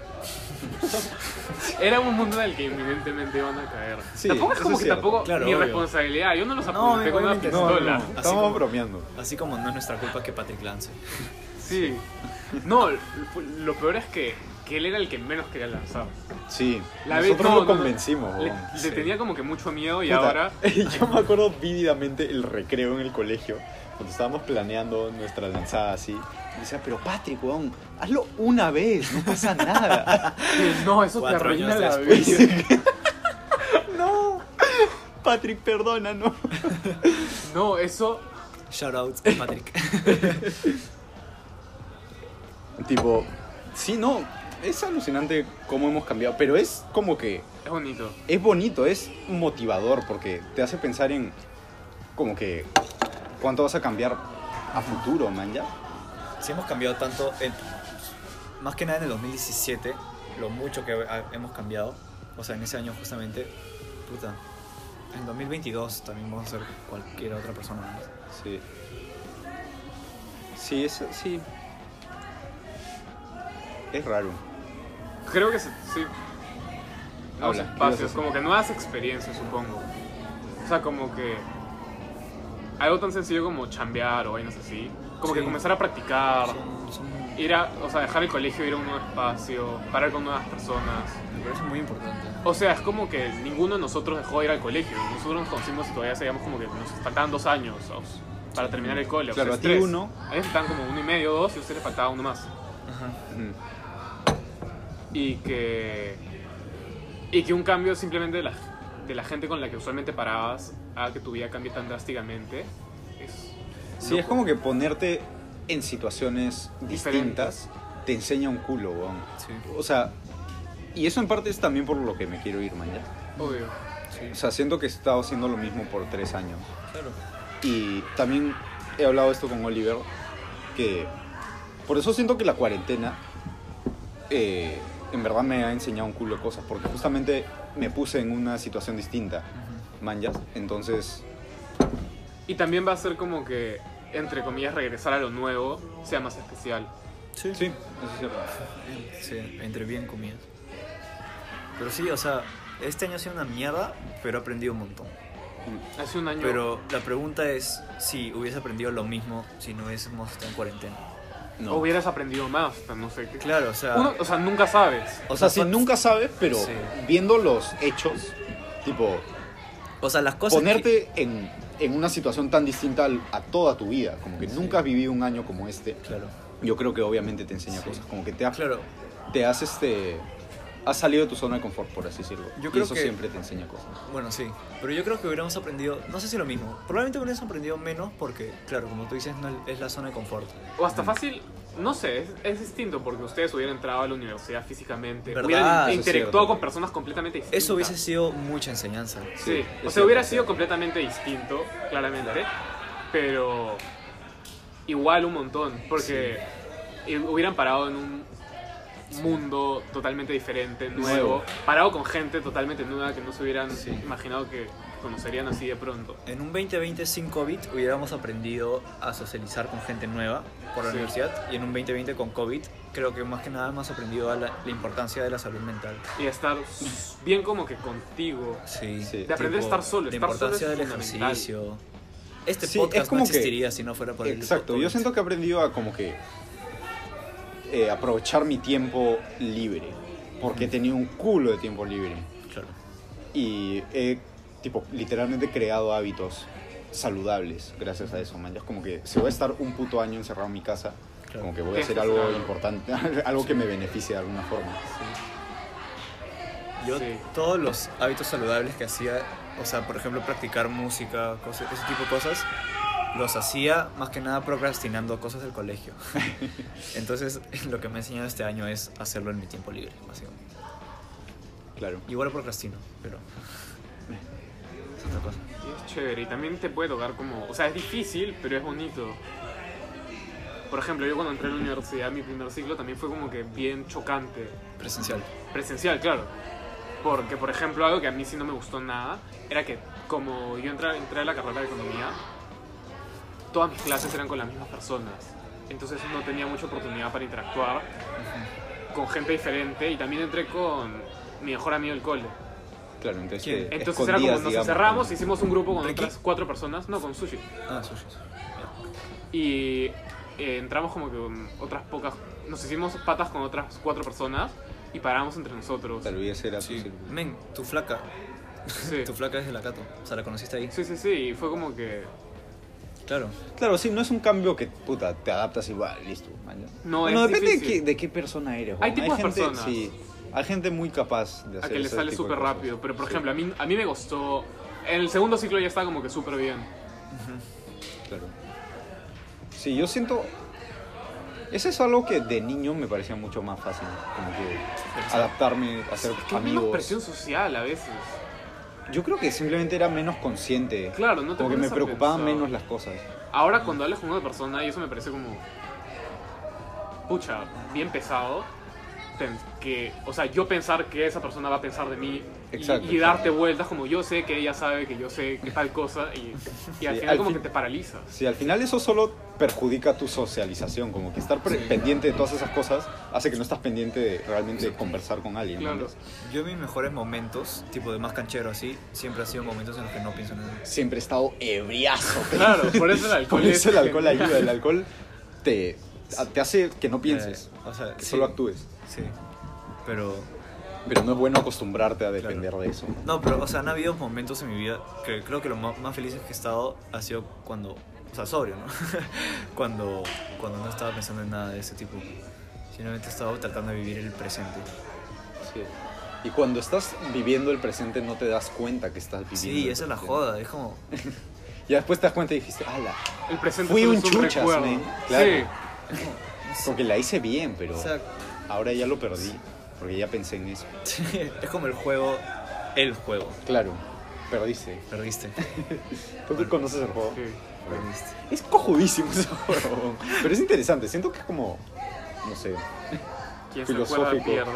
Speaker 3: Era un mundo en el que inminentemente iban a caer.
Speaker 1: Sí,
Speaker 3: tampoco es
Speaker 1: eso
Speaker 3: como
Speaker 1: es
Speaker 3: que
Speaker 1: cierto.
Speaker 3: tampoco
Speaker 2: Claro,
Speaker 3: mi
Speaker 2: obvio.
Speaker 3: responsabilidad, yo no los
Speaker 2: No,
Speaker 3: apunté con una
Speaker 2: obviamente no.
Speaker 1: No, no,
Speaker 3: pistola.
Speaker 2: Así
Speaker 1: estamos
Speaker 2: como-
Speaker 1: bromeando.
Speaker 2: Así como no es nuestra culpa que Patrick lance.
Speaker 3: Sí. No, lo- lo peor es que, que él era el que menos quería lanzar.
Speaker 1: Sí.
Speaker 3: La vez-
Speaker 1: Nosotros
Speaker 3: no,
Speaker 1: lo
Speaker 3: no, no.
Speaker 1: convencimos.
Speaker 3: Le,
Speaker 1: weón.
Speaker 3: le
Speaker 1: Sí.
Speaker 3: tenía como que mucho miedo y
Speaker 1: Puta,
Speaker 3: ahora...
Speaker 1: [LAUGHS]
Speaker 3: [LAUGHS]
Speaker 1: Yo me acuerdo vívidamente el recreo en el colegio, cuando estábamos planeando nuestra lanzada así. Y decía, pero Patrick, weón, hazlo una vez, no pasa nada.
Speaker 3: No, eso te
Speaker 2: Cuatro
Speaker 3: arruina
Speaker 2: años
Speaker 3: la
Speaker 2: después.
Speaker 3: vida.
Speaker 1: no, [LAUGHS] Patrick, perdona, no.
Speaker 3: No, eso...
Speaker 2: Shout out, Patrick.
Speaker 1: Tipo, Sí, no, es alucinante cómo hemos cambiado, pero es como que
Speaker 3: Es bonito.
Speaker 1: es bonito, es motivador porque te hace pensar en como que cuánto vas a cambiar a futuro, man, ya.
Speaker 2: Si hemos cambiado tanto, en- más que nada en el 2017, lo mucho que ha- hemos cambiado, o sea, en ese año justamente, puta, en 2022 también vamos a ser cualquier otra persona más.
Speaker 1: Sí. Sí, es, sí. Es raro.
Speaker 3: Creo que se- sí.
Speaker 1: Habla, ¿qué
Speaker 3: Nuevos
Speaker 1: ibas a
Speaker 3: espacios,
Speaker 1: decir?
Speaker 3: como que nuevas experiencias, supongo. O sea, como que. Algo tan sencillo como chambear o vainas así. Como
Speaker 2: Sí.
Speaker 3: que comenzar a practicar.
Speaker 2: Son- son-
Speaker 3: Ir a. O sea, dejar el colegio, ir a un nuevo espacio. Parar con nuevas personas.
Speaker 2: me parece muy importante.
Speaker 3: O sea, es como que ninguno de nosotros dejó de ir al colegio. Nosotros nos conocimos y todavía seguíamos como que nos faltaban dos años ¿sabes? para terminar el colegio.
Speaker 1: Claro,
Speaker 3: o
Speaker 1: a
Speaker 3: sea, es
Speaker 1: ti
Speaker 3: tres.
Speaker 1: uno.
Speaker 3: A ellos faltaban como uno y medio, dos, y a ustedes les faltaba uno más.
Speaker 2: Ajá.
Speaker 1: Ujú.
Speaker 3: y que y que un cambio simplemente de la, de la gente con la que usualmente parabas a que tu vida cambie tan drásticamente es
Speaker 1: Sí, es como que ponerte en situaciones
Speaker 3: Diferentes.
Speaker 1: distintas te enseña un culo, weón.
Speaker 2: Sí,
Speaker 1: O sea, y eso en parte es también por lo que me quiero ir mañana.
Speaker 3: obvio
Speaker 2: sí.
Speaker 1: O sea, siento que he estado haciendo lo mismo por tres años.
Speaker 2: Claro.
Speaker 1: Y también he hablado esto con Oliver, que por eso siento que la cuarentena eh, en verdad me ha enseñado un culo de cosas, porque justamente me puse en una situación distinta, manjas. Entonces,
Speaker 3: y también va a ser como que entre comillas regresar a lo nuevo sea más especial
Speaker 2: Sí.
Speaker 1: sí, eso es cierto.
Speaker 2: Sí, entre bien comidas. Pero sí, o sea, este año ha sido una mierda, pero he aprendido un montón.
Speaker 3: hace un año
Speaker 2: Pero la pregunta es si hubiese aprendido lo mismo si no hubiésemos estado en cuarentena.
Speaker 1: No.
Speaker 3: o hubieras aprendido más pero no sé qué
Speaker 2: Claro, o sea...
Speaker 3: Uno- o sea nunca sabes
Speaker 1: O sea, si
Speaker 2: fa-
Speaker 1: nunca sabes, pero
Speaker 2: Sí.
Speaker 1: viendo los hechos, tipo,
Speaker 2: O sea, las cosas... que-
Speaker 1: ponerte en, en una situación tan distinta al- a toda tu vida, como que
Speaker 2: Sí.
Speaker 1: nunca has vivido un año como este,
Speaker 2: Claro,
Speaker 1: yo creo que obviamente te enseña
Speaker 2: Sí.
Speaker 1: cosas, como que te ha,
Speaker 2: claro.
Speaker 1: te has este has salido de tu zona de confort por así decirlo
Speaker 2: Yo
Speaker 1: Y
Speaker 2: creo
Speaker 1: eso
Speaker 2: que-
Speaker 1: siempre te enseña cosas
Speaker 2: Bueno, sí. Pero yo creo que hubiéramos aprendido... No sé si lo mismo. Probablemente hubiéramos aprendido menos porque, claro, como tú dices, no es la zona de confort.
Speaker 3: o hasta fácil no sé, es, es distinto porque ustedes hubieran entrado a la universidad físicamente,
Speaker 2: ¿Verdad? Eso
Speaker 3: hubieran
Speaker 1: es
Speaker 3: interactuado
Speaker 1: cierto.
Speaker 3: con personas completamente distintas.
Speaker 2: Eso hubiese sido mucha enseñanza.
Speaker 3: Sí,
Speaker 1: Sí,
Speaker 3: o
Speaker 1: es
Speaker 3: sea, hubiera
Speaker 1: cierto,
Speaker 3: sido
Speaker 1: sí.
Speaker 3: completamente distinto, claramente, pero igual un montón, porque i- hubieran parado en un mundo totalmente diferente, nuevo,
Speaker 1: Nuevo.
Speaker 3: parado con gente totalmente nueva que no se hubieran
Speaker 2: Sí.
Speaker 3: imaginado que conocerían así de pronto.
Speaker 2: En un 2025 bit hubiéramos aprendido a socializar con gente nueva por la
Speaker 3: Sí.
Speaker 2: universidad y en un 2020 con COVID creo que más que nada hemos aprendido a la, la importancia de la salud mental.
Speaker 3: Y estar s- bien como que contigo.
Speaker 2: Sí.
Speaker 1: Sí.
Speaker 3: De aprender a estar solo,
Speaker 2: La
Speaker 3: estar solo
Speaker 2: importancia
Speaker 3: es
Speaker 2: del
Speaker 3: fundamental.
Speaker 2: ejercicio. Este
Speaker 1: Sí,
Speaker 2: podcast
Speaker 1: es como
Speaker 2: no
Speaker 1: que-
Speaker 2: existiría si no fuera por el
Speaker 1: exacto yo siento que he aprendido a como que eh, aprovechar mi tiempo libre porque he tenido un culo de tiempo libre
Speaker 2: Claro.
Speaker 1: y he tipo literalmente creado hábitos saludables gracias a eso man ya es como que si voy a estar un puto año encerrado en mi casa
Speaker 2: Claro.
Speaker 1: como que voy a
Speaker 3: Tienes
Speaker 1: hacer
Speaker 3: que hacer
Speaker 1: algo
Speaker 3: algo.
Speaker 1: importante [LAUGHS] algo que me beneficie de alguna forma
Speaker 2: Yo
Speaker 3: Sí.
Speaker 2: todos los hábitos saludables que hacía, o sea, por ejemplo, practicar música, cosas, ese tipo de cosas, los hacía más que nada procrastinando cosas del colegio. Entonces, [LAUGHS] lo que me ha enseñado este año es hacerlo en mi tiempo libre, básicamente.
Speaker 1: claro
Speaker 2: Igual procrastino, pero es otra cosa.
Speaker 3: Y es chévere, y también te puede tocar como... O sea, es difícil, pero es bonito. Por ejemplo, yo cuando entré a la universidad, mi primer ciclo también fue como que bien chocante.
Speaker 2: Presencial.
Speaker 3: presencial, claro. Porque, por ejemplo, algo que a mí sí no me gustó nada era que, como yo entré, entré a la carrera de economía, todas mis clases eran con las mismas personas. Entonces no tenía mucha oportunidad para interactuar con gente diferente y también entré con mi mejor amigo del cole.
Speaker 1: claro entonces
Speaker 2: ¿Quién?
Speaker 1: te
Speaker 3: Entonces era como
Speaker 1: escondías,
Speaker 3: nos
Speaker 1: digamos,
Speaker 3: encerramos,
Speaker 1: como-
Speaker 3: hicimos un grupo con
Speaker 2: ¿Ricky?
Speaker 3: otras cuatro personas, no, con sushi.
Speaker 2: Ah, sushi.
Speaker 3: Y eh, entramos como que con otras pocas, nos hicimos patas con otras cuatro personas y paramos entre nosotros.
Speaker 1: Claro, y ese era tu
Speaker 2: Sí.
Speaker 1: círculo.
Speaker 2: Men, tu flaca.
Speaker 3: Sí.
Speaker 2: Tu flaca es de la Cato. O sea, la conociste ahí.
Speaker 3: Sí, sí, sí, y fue como que
Speaker 2: Claro.
Speaker 1: Claro, sí, no es un cambio que, puta, te adaptas y va, listo, man.
Speaker 3: No, es
Speaker 1: depende de
Speaker 3: difícil.
Speaker 1: qué, de qué persona eres.
Speaker 3: Hay
Speaker 1: weón.
Speaker 3: tipos de
Speaker 1: gente,
Speaker 3: personas.
Speaker 1: Sí, hay gente muy capaz de
Speaker 3: a
Speaker 1: hacer
Speaker 3: que le
Speaker 1: ese
Speaker 3: sale
Speaker 1: tipo de
Speaker 3: súper
Speaker 1: cosas.
Speaker 3: rápido. Pero por
Speaker 1: Sí,
Speaker 3: ejemplo, a mí, a mí me gustó. En el segundo ciclo ya estaba como que súper bien.
Speaker 1: Claro. Sí, yo siento... Eso es algo que de niño me parecía mucho más fácil, como que adaptarme, hacer
Speaker 3: Que hay menos
Speaker 1: amigos.
Speaker 3: presión social a veces.
Speaker 1: Yo creo que simplemente era menos consciente,
Speaker 3: Claro, no te
Speaker 1: como que me
Speaker 3: pones a
Speaker 1: preocupaban
Speaker 3: pensar.
Speaker 1: menos las cosas.
Speaker 3: Ahora cuando hablas con una persona y eso me parece como pucha, bien pesado ten- que, o sea, yo pensar que esa persona va a pensar de mí y-
Speaker 1: Exacto,
Speaker 3: y,
Speaker 1: exacto.
Speaker 3: darte vueltas como yo sé que ella sabe que yo sé que tal cosa y, y al
Speaker 1: Sí,
Speaker 3: final
Speaker 1: al
Speaker 3: como
Speaker 1: fin-
Speaker 3: que te paralizas.
Speaker 1: Sí, al final eso solo perjudica tu socialización, como que estar pre- pendiente de todas esas cosas hace que no estás pendiente de realmente conversar con alguien. ¿no?
Speaker 3: Claro.
Speaker 2: Yo mis mejores momentos, tipo de más canchero así, siempre han sido momentos en los que no pienso en nada.
Speaker 1: Siempre he estado
Speaker 2: [LAUGHS]
Speaker 1: ebriazo.
Speaker 3: Claro, por eso el
Speaker 1: [LAUGHS]
Speaker 3: alcohol
Speaker 1: Por eso el
Speaker 3: es-
Speaker 1: alcohol ayuda, el alcohol te, te hace que no pienses,
Speaker 2: Eh, o sea,
Speaker 1: que
Speaker 2: sí,
Speaker 1: solo actúes.
Speaker 2: Sí. Pero
Speaker 1: Pero no es bueno acostumbrarte a depender de eso.
Speaker 2: No, pero, o sea, han habido momentos en mi vida que creo que lo ma- más, felices que he estado ha sido cuando, o sea, sobrio, ¿no? [LAUGHS] cuando, cuando no estaba pensando en nada de ese tipo. Simplemente estaba tratando de vivir el presente.
Speaker 1: Y cuando estás viviendo el presente no te das cuenta que estás viviendo.
Speaker 2: Sí,
Speaker 1: el
Speaker 2: esa es la
Speaker 1: presente.
Speaker 2: joda, es como...
Speaker 1: Y después te das cuenta y dijiste, ala,
Speaker 3: El presente
Speaker 1: Fui
Speaker 3: solo
Speaker 1: un
Speaker 3: es un
Speaker 1: chuchas,
Speaker 3: recuerdo.
Speaker 1: men. Claro.
Speaker 3: Sí.
Speaker 1: porque la hice bien, pero
Speaker 2: O sea, [LAUGHS]
Speaker 1: ahora ya lo perdí, porque ya pensé en eso.
Speaker 2: es como el juego, el juego.
Speaker 1: Claro, perdiste.
Speaker 2: Perdiste,
Speaker 1: ¿Tú que conoces el juego?
Speaker 3: Sí.
Speaker 2: perdiste.
Speaker 1: Es cojudísimo ese juego. Pero es interesante, siento que es como, no sé.
Speaker 3: Quien se acuerda
Speaker 1: Filosófico.
Speaker 3: pierde.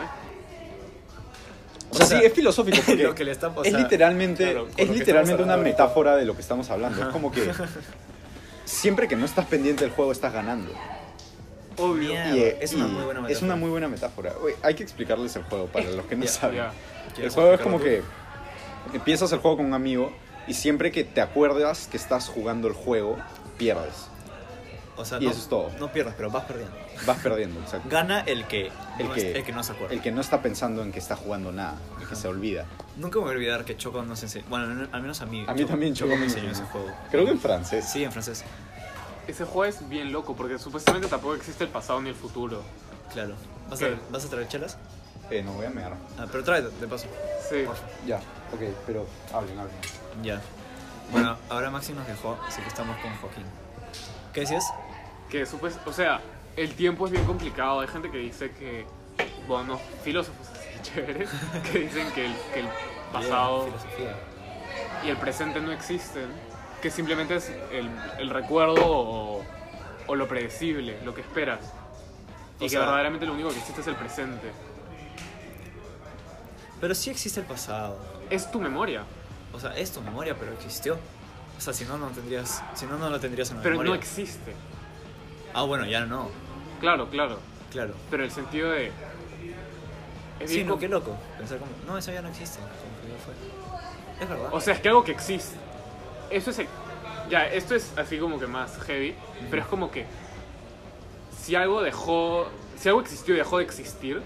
Speaker 1: O sea,
Speaker 2: O sea,
Speaker 1: sí, es
Speaker 2: [LAUGHS]
Speaker 1: filosófico. porque
Speaker 2: [LAUGHS] lo que le está
Speaker 1: es
Speaker 2: pasando.
Speaker 1: literalmente,
Speaker 2: claro, con
Speaker 1: es
Speaker 2: lo que
Speaker 1: literalmente
Speaker 2: estamos
Speaker 1: una
Speaker 2: hablando.
Speaker 1: metáfora de lo que estamos hablando. Es como que siempre que no estás pendiente del juego estás ganando.
Speaker 3: Obvio.
Speaker 2: Mierda.
Speaker 1: eh,
Speaker 2: es una muy
Speaker 1: Es
Speaker 2: buena
Speaker 1: una
Speaker 2: metáfora.
Speaker 1: muy buena metáfora. Oye, hay que explicarles el juego para los que no
Speaker 2: Ya,
Speaker 1: saben.
Speaker 3: Ya.
Speaker 1: El juego es como que empiezas el juego con un amigo y siempre que te acuerdas que estás jugando el juego, pierdes.
Speaker 2: O sea,
Speaker 1: y
Speaker 2: no,
Speaker 1: eso es todo.
Speaker 2: No pierdas, pero vas perdiendo.
Speaker 1: Vas perdiendo, exacto.
Speaker 2: Gana el que,
Speaker 1: El
Speaker 2: no,
Speaker 1: que-
Speaker 2: el que no se acuerda.
Speaker 1: El que no está pensando en que está jugando nada, el que
Speaker 2: Ajá.
Speaker 1: se olvida.
Speaker 2: Nunca me voy a olvidar que Choco nos enseñó. Bueno, al menos a mí.
Speaker 1: A mí también Choco me
Speaker 2: enseñó
Speaker 1: enseñó.
Speaker 2: ese juego.
Speaker 1: Creo que en francés.
Speaker 2: Sí, en francés.
Speaker 3: Ese juego es bien loco porque supuestamente tampoco existe el pasado ni el futuro.
Speaker 2: Claro. ¿Vas,
Speaker 3: ¿Qué?
Speaker 2: a, ¿Vas a traer chelas?
Speaker 1: Eh, no voy a mear.
Speaker 2: Ah, pero trae, de paso.
Speaker 3: Sí.
Speaker 2: Por favor.
Speaker 1: Ya, ok, pero hablen, hablen.
Speaker 2: Ya. Bueno, ahora Maxi nos dejó, así que estamos con Joaquín. ¿Qué decías?
Speaker 3: Que supues- o sea, el tiempo es bien complicado. Hay gente que dice que, bueno, no, filósofos así [LAUGHS] chéveres, que dicen que el, que el pasado
Speaker 2: Bien, filosofía.
Speaker 3: y el presente no existen, que simplemente es el, el recuerdo o, o lo predecible, lo que esperas. Y
Speaker 2: O
Speaker 3: que
Speaker 2: sea-
Speaker 3: verdaderamente lo único que existe es el presente.
Speaker 2: Pero sí existe el pasado.
Speaker 3: Es tu memoria,
Speaker 2: O sea, es tu memoria, pero existió. O sea, si no, no tendrías. Si no, no lo tendrías en la
Speaker 3: pero
Speaker 2: memoria.
Speaker 3: no existe.
Speaker 2: ah, bueno, ya no.
Speaker 3: Claro, claro.
Speaker 2: Claro.
Speaker 3: Pero el sentido de... Es
Speaker 2: Sí,
Speaker 3: bien
Speaker 2: no,
Speaker 3: com-
Speaker 2: qué loco. Pensar como. No, eso ya no existe. Como que ya fue. Es verdad.
Speaker 3: O sea, es que algo que existe. Eso es. Ya, esto es así como que más heavy. Pero es como que. Si algo dejó. Si algo existió y dejó de existir.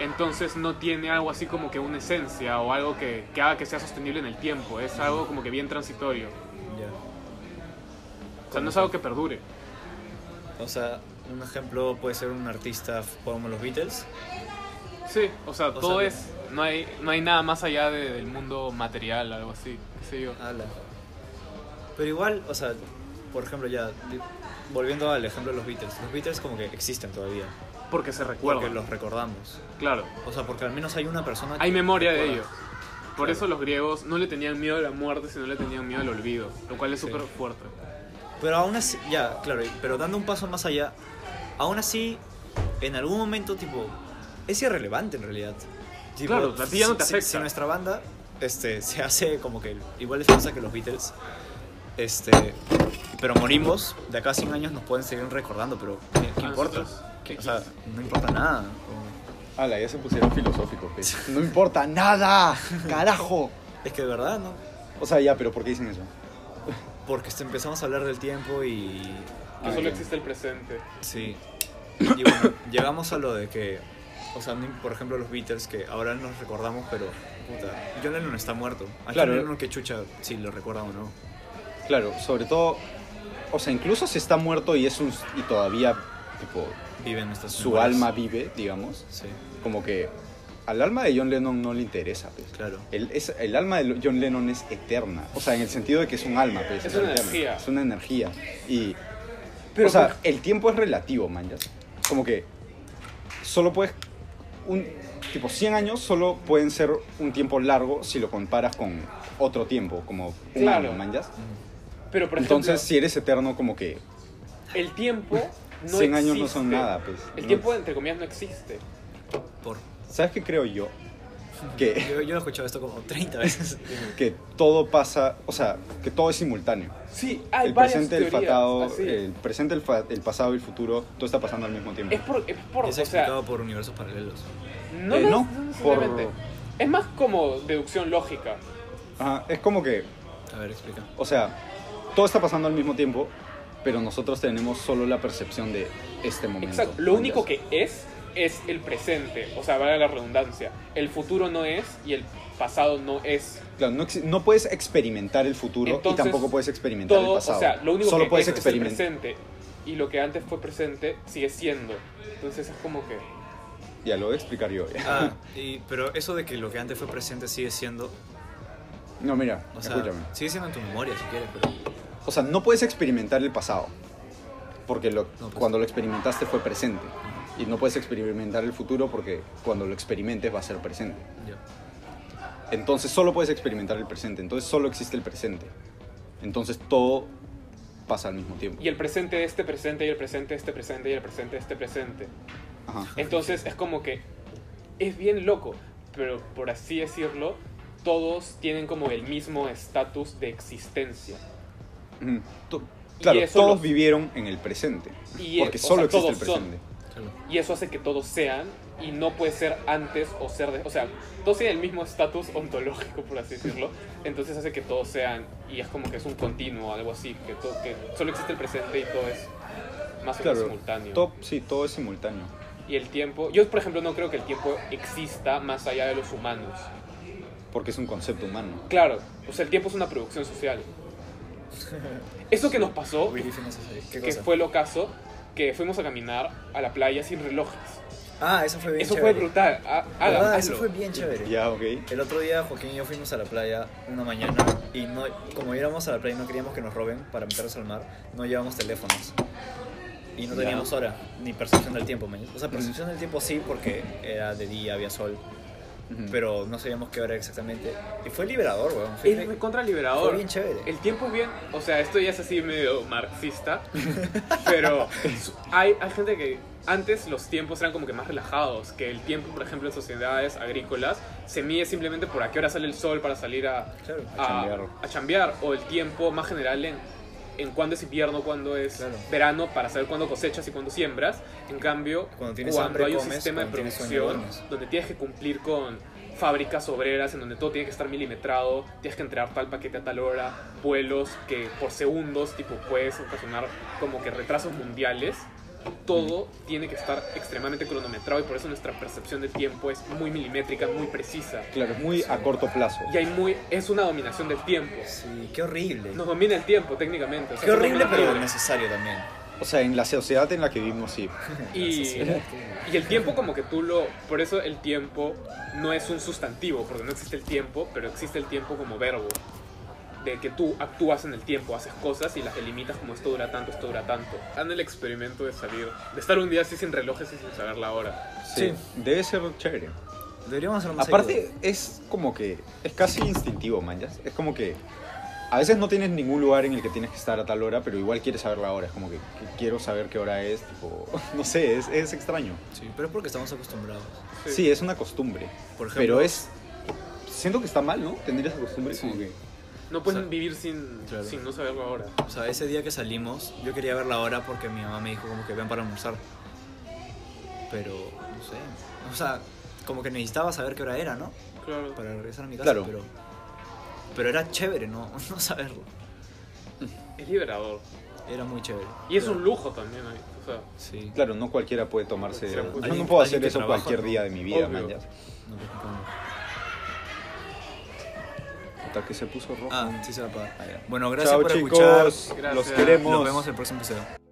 Speaker 3: Entonces no tiene algo así como que una esencia o algo que, que haga que sea sostenible en el tiempo. Es algo como que bien transitorio.
Speaker 2: Ya.
Speaker 3: O sea, no es algo que perdure.
Speaker 2: O sea, un ejemplo puede ser un artista como los Beatles.
Speaker 3: Sí, o sea,
Speaker 2: sea,
Speaker 3: todo
Speaker 2: bien.
Speaker 3: es. No hay, no hay nada más allá de- del mundo material, algo así. Qué sé yo.
Speaker 2: Ala. Pero igual, o sea, por ejemplo, ya, di- volviendo al ejemplo de los Beatles. Los Beatles como que existen todavía.
Speaker 3: Porque se
Speaker 2: Porque
Speaker 3: recuerda.
Speaker 2: los recordamos.
Speaker 3: Claro.
Speaker 2: O sea, porque al menos hay una persona que
Speaker 3: Hay memoria de
Speaker 2: recuerda.
Speaker 3: ello. Por
Speaker 2: Claro.
Speaker 3: eso los griegos no le tenían miedo a la muerte, sino le tenían miedo al olvido, lo cual es
Speaker 2: Sí.
Speaker 3: súper fuerte.
Speaker 2: Pero aún así, ya, claro, y- pero dando un paso más allá, aún así, en algún momento, tipo, es irrelevante en realidad. Tipo,
Speaker 3: Claro, a ti ya no te
Speaker 2: si- si-
Speaker 3: afecta.
Speaker 2: Si, nuestra banda este, [LAUGHS] se hace como que igual de famosa que los Beatles, este, pero morimos, de acá a 100 años nos pueden seguir recordando, pero ¿qué, qué
Speaker 3: A
Speaker 2: importa?
Speaker 3: nosotros,
Speaker 2: ¿Qué- o
Speaker 3: X.
Speaker 2: sea, no importa nada. como-
Speaker 1: Ala, ya se pusieron filosóficos. pues. pe. [LAUGHS] No importa nada, carajo.
Speaker 2: Es que de verdad, ¿no?
Speaker 1: O sea, ya, pero ¿por qué dicen eso?
Speaker 2: Porque este, empezamos a hablar del tiempo y...
Speaker 3: Que
Speaker 1: Ah,
Speaker 3: solo
Speaker 1: ya.
Speaker 3: existe el presente.
Speaker 1: [COUGHS]
Speaker 2: Sí. Y bueno, llegamos a lo de que, o sea, ni- por ejemplo, los Beatles, que ahora nos recordamos, pero, puta, John Lennon está muerto. A
Speaker 1: Claro.
Speaker 2: John Lennon que chucha, si lo recuerdan o no.
Speaker 1: Claro, sobre todo, o sea, incluso si está muerto y es un y todavía tipo
Speaker 2: Vive en nuestras
Speaker 1: su
Speaker 2: memorias.
Speaker 1: alma vive, digamos,
Speaker 2: Sí,
Speaker 1: como que al alma de John Lennon no le interesa, pues.
Speaker 2: claro.
Speaker 1: El, es- el alma de John Lennon es eterna, o sea, en el sentido de que es un alma, pues,
Speaker 3: Es una
Speaker 1: eterna.
Speaker 3: energía.
Speaker 1: es una energía y
Speaker 3: Pero,
Speaker 1: o sea, el tiempo es relativo, manjas. como que solo puedes un tipo 100 años solo pueden ser un tiempo largo si lo comparas con otro tiempo, como un
Speaker 3: Claro.
Speaker 1: año, ¿manjas?
Speaker 3: Pero por ejemplo,
Speaker 1: Entonces, si eres eterno como que
Speaker 3: el [LAUGHS] tiempo no
Speaker 1: 100 años no son
Speaker 3: existe.
Speaker 1: nada, pues.
Speaker 3: El
Speaker 1: No-
Speaker 3: tiempo, entre comillas, no existe.
Speaker 2: Por.
Speaker 1: ¿Sabes qué creo yo? Que,
Speaker 2: Yo, yo he escuchado esto como
Speaker 1: [LAUGHS]
Speaker 2: 30 veces.
Speaker 1: que todo pasa, o sea, que todo es simultáneo.
Speaker 3: Sí, hay
Speaker 1: el
Speaker 3: varias
Speaker 1: presente, el,
Speaker 3: teorías,
Speaker 1: fatado,
Speaker 3: así.
Speaker 1: el presente, el, fa- el pasado y el futuro, todo está pasando al mismo tiempo.
Speaker 3: Es por, es por, o
Speaker 2: Es
Speaker 3: sea,
Speaker 2: explicado por universos paralelos.
Speaker 3: no,
Speaker 1: Eh, no,
Speaker 3: neces- no
Speaker 1: por-
Speaker 3: necesariamente. Es más como deducción lógica.
Speaker 1: Ajá, es como que,
Speaker 2: A ver, explica.
Speaker 1: o sea, todo está pasando al mismo tiempo, pero nosotros tenemos solo la percepción de este momento.
Speaker 3: Exacto. Lo único
Speaker 1: ¿manjas?
Speaker 3: que es es el presente, o sea, vale la redundancia. El futuro no es y el pasado no es.
Speaker 1: Claro, no, exi- no puedes experimentar el futuro y
Speaker 3: Entonces,
Speaker 1: tampoco puedes experimentar
Speaker 3: Todo,
Speaker 1: el
Speaker 3: o
Speaker 1: pasado.
Speaker 3: sea, lo único
Speaker 1: solo
Speaker 3: que
Speaker 1: puedes
Speaker 3: es, es el
Speaker 1: experimentar.
Speaker 3: presente y lo que antes fue presente sigue siendo. Entonces es como que
Speaker 1: Ya lo voy a explicar yo. [LAUGHS] ya.
Speaker 2: Ah, y- pero eso de que lo que antes fue presente sigue siendo.
Speaker 1: No, mira,
Speaker 2: O sea,
Speaker 1: escúchame.
Speaker 2: sigue siendo en tu memoria si quieres, pero.
Speaker 1: O sea, no puedes experimentar el pasado. Porque lo-
Speaker 2: pues.
Speaker 1: cuando lo experimentaste fue presente. Y no puedes experimentar el futuro porque cuando lo experimentes va a ser presente.
Speaker 2: Ya.
Speaker 1: Entonces solo puedes experimentar el presente. Entonces solo existe el presente. Entonces todo pasa al mismo tiempo.
Speaker 3: y el presente de este presente y el presente de este presente y el presente de este presente.
Speaker 1: Ajá.
Speaker 3: Entonces es como que es bien loco, pero por así decirlo, todos tienen como el mismo estatus de existencia.
Speaker 1: Ujú. To-
Speaker 3: Y
Speaker 1: Claro,
Speaker 3: eso
Speaker 1: todos
Speaker 3: lo-
Speaker 1: vivieron en el presente.
Speaker 3: Y, eh,
Speaker 1: porque
Speaker 3: o
Speaker 1: solo
Speaker 3: sea,
Speaker 1: existe el
Speaker 3: todos son.
Speaker 1: presente.
Speaker 2: Claro.
Speaker 3: Y eso hace que todos sean y no puede ser antes o ser de, o sea, todos tienen el mismo estatus ontológico por así decirlo. Entonces hace que todos sean y es como que es un continuo, algo así, que to- que solo existe el presente y todo es más o menos
Speaker 1: Claro,
Speaker 3: simultáneo.
Speaker 1: todo- sí, todo es simultáneo.
Speaker 3: Y el tiempo, yo por ejemplo no creo que el tiempo exista más allá de los humanos.
Speaker 1: Porque es un concepto humano.
Speaker 3: Claro, o sea, el tiempo es una
Speaker 2: [LAUGHS]
Speaker 3: producción social. Eso que nos pasó,
Speaker 2: We live in a society. ¿Qué
Speaker 3: que
Speaker 2: cosa?
Speaker 3: fue el ocaso, que fuimos a caminar a la playa sin relojes.
Speaker 2: Ah, eso fue bien
Speaker 3: Eso fue
Speaker 2: chévere.
Speaker 3: brutal. ha- hagan,
Speaker 2: Ah,
Speaker 3: hazlo.
Speaker 2: eso fue bien chévere.
Speaker 1: Ya, ok.
Speaker 2: El otro día Joaquín y yo fuimos a la playa una mañana y no, como íbamos a la playa y no queríamos que nos roben para meternos al mar, no llevamos teléfonos. Y no
Speaker 1: Ya.
Speaker 2: teníamos hora, ni percepción del tiempo. man.
Speaker 3: Mm.
Speaker 2: O sea, percepción del tiempo sí, porque era de día, había sol,
Speaker 3: Mm.
Speaker 1: Ujú.
Speaker 2: pero no sabíamos qué hora exactamente. Y fue liberador, weón. Fue,
Speaker 3: Es contra liberador.
Speaker 2: fue bien chévere.
Speaker 3: El tiempo es bien, o sea, esto ya es así medio
Speaker 2: [LAUGHS]
Speaker 3: marxista, pero su- hay, hay gente que antes los tiempos eran como que más relajados, que el tiempo, por ejemplo, en sociedades agrícolas se mide simplemente por a qué hora sale el sol para salir a,
Speaker 2: Claro,
Speaker 1: A chambear.
Speaker 3: a chambear, o el tiempo más general en, en cuándo es invierno, cuándo es
Speaker 2: Claro.
Speaker 3: verano, para saber cuándo cosechas y cuándo siembras. En cambio,
Speaker 2: Cuando tienes hambre,
Speaker 3: hay un
Speaker 2: comes,
Speaker 3: sistema de
Speaker 2: cuando tienes sueño,
Speaker 3: producción
Speaker 2: duermes.
Speaker 3: donde tienes que cumplir con fábricas obreras, en donde todo tiene que estar milimetrado, tienes que entregar tal paquete a tal hora, vuelos que por segundos tipo puedes ocasionar como que retrasos mundiales. Todo tiene que estar extremadamente cronometrado y por eso nuestra percepción del tiempo es muy milimétrica, muy precisa.
Speaker 1: Claro, es muy a corto plazo.
Speaker 3: Y hay muy, es una dominación del tiempo.
Speaker 2: Sí, qué horrible.
Speaker 3: Nos domina el tiempo técnicamente. o sea,
Speaker 2: qué
Speaker 3: somos
Speaker 2: horrible,
Speaker 3: libres.
Speaker 2: pero necesario también.
Speaker 1: O sea, en la sociedad en la que vivimos, sí.
Speaker 2: [LAUGHS]
Speaker 3: Y, [LAUGHS] y el tiempo como que tú lo... Por eso el tiempo no es un sustantivo, porque no existe el tiempo, pero existe el tiempo como verbo. De que tú actúas en el tiempo, haces cosas y las delimitas como esto dura tanto, esto dura tanto. Haz el experimento de salir, de estar un día así sin relojes y sin saber la hora.
Speaker 1: Sí. Debe ser chévere.
Speaker 2: Deberíamos hacer más
Speaker 1: Aparte,
Speaker 2: seguido.
Speaker 1: es como que. Es casi instintivo, manjas. Es como que. A veces no tienes ningún lugar en el que tienes que estar a tal hora, pero igual quieres saber la hora. Es como que, que quiero saber qué hora es. Tipo, [LAUGHS] no sé, es, es extraño.
Speaker 2: Sí, pero es porque estamos acostumbrados.
Speaker 1: Sí. es una costumbre.
Speaker 2: Por ejemplo,
Speaker 1: Pero es. Siento que está mal, ¿no? Tener esa costumbre.
Speaker 2: Sí.
Speaker 1: Como que.
Speaker 3: No puedes
Speaker 2: O sea,
Speaker 3: vivir sin,
Speaker 2: claro.
Speaker 3: sin no saber la hora.
Speaker 2: O sea, ese día que salimos, yo quería ver la hora porque mi mamá me dijo como que ven para almorzar. Pero, no sé. O sea, como que necesitaba saber qué hora era, ¿no?
Speaker 3: Claro.
Speaker 2: Para regresar a mi casa.
Speaker 1: Claro.
Speaker 2: Pero, pero era chévere, ¿no? [LAUGHS] No saberlo.
Speaker 3: Es liberador.
Speaker 2: Era muy chévere.
Speaker 3: Y es
Speaker 2: Pero-
Speaker 3: un lujo también. ¿eh? O sea,
Speaker 2: Sí.
Speaker 1: Claro, no cualquiera puede tomarse.
Speaker 3: Claro,
Speaker 1: Yo
Speaker 2: alguien-
Speaker 1: no puedo
Speaker 2: alguien
Speaker 1: hacer
Speaker 2: que
Speaker 1: eso
Speaker 2: trabaja,
Speaker 1: cualquier
Speaker 2: ¿no?
Speaker 1: día de mi vida,
Speaker 3: Obvio.
Speaker 1: manjas.
Speaker 2: No, pues, no.
Speaker 1: Hasta que se puso rojo.
Speaker 2: Ah, sí se va a apagar.
Speaker 1: Ah, ya.
Speaker 2: Bueno, gracias
Speaker 1: Chao,
Speaker 2: por
Speaker 1: chicos.
Speaker 2: escuchar.
Speaker 1: Los
Speaker 3: Gracias.
Speaker 1: queremos.
Speaker 2: Nos vemos en el próximo episodio.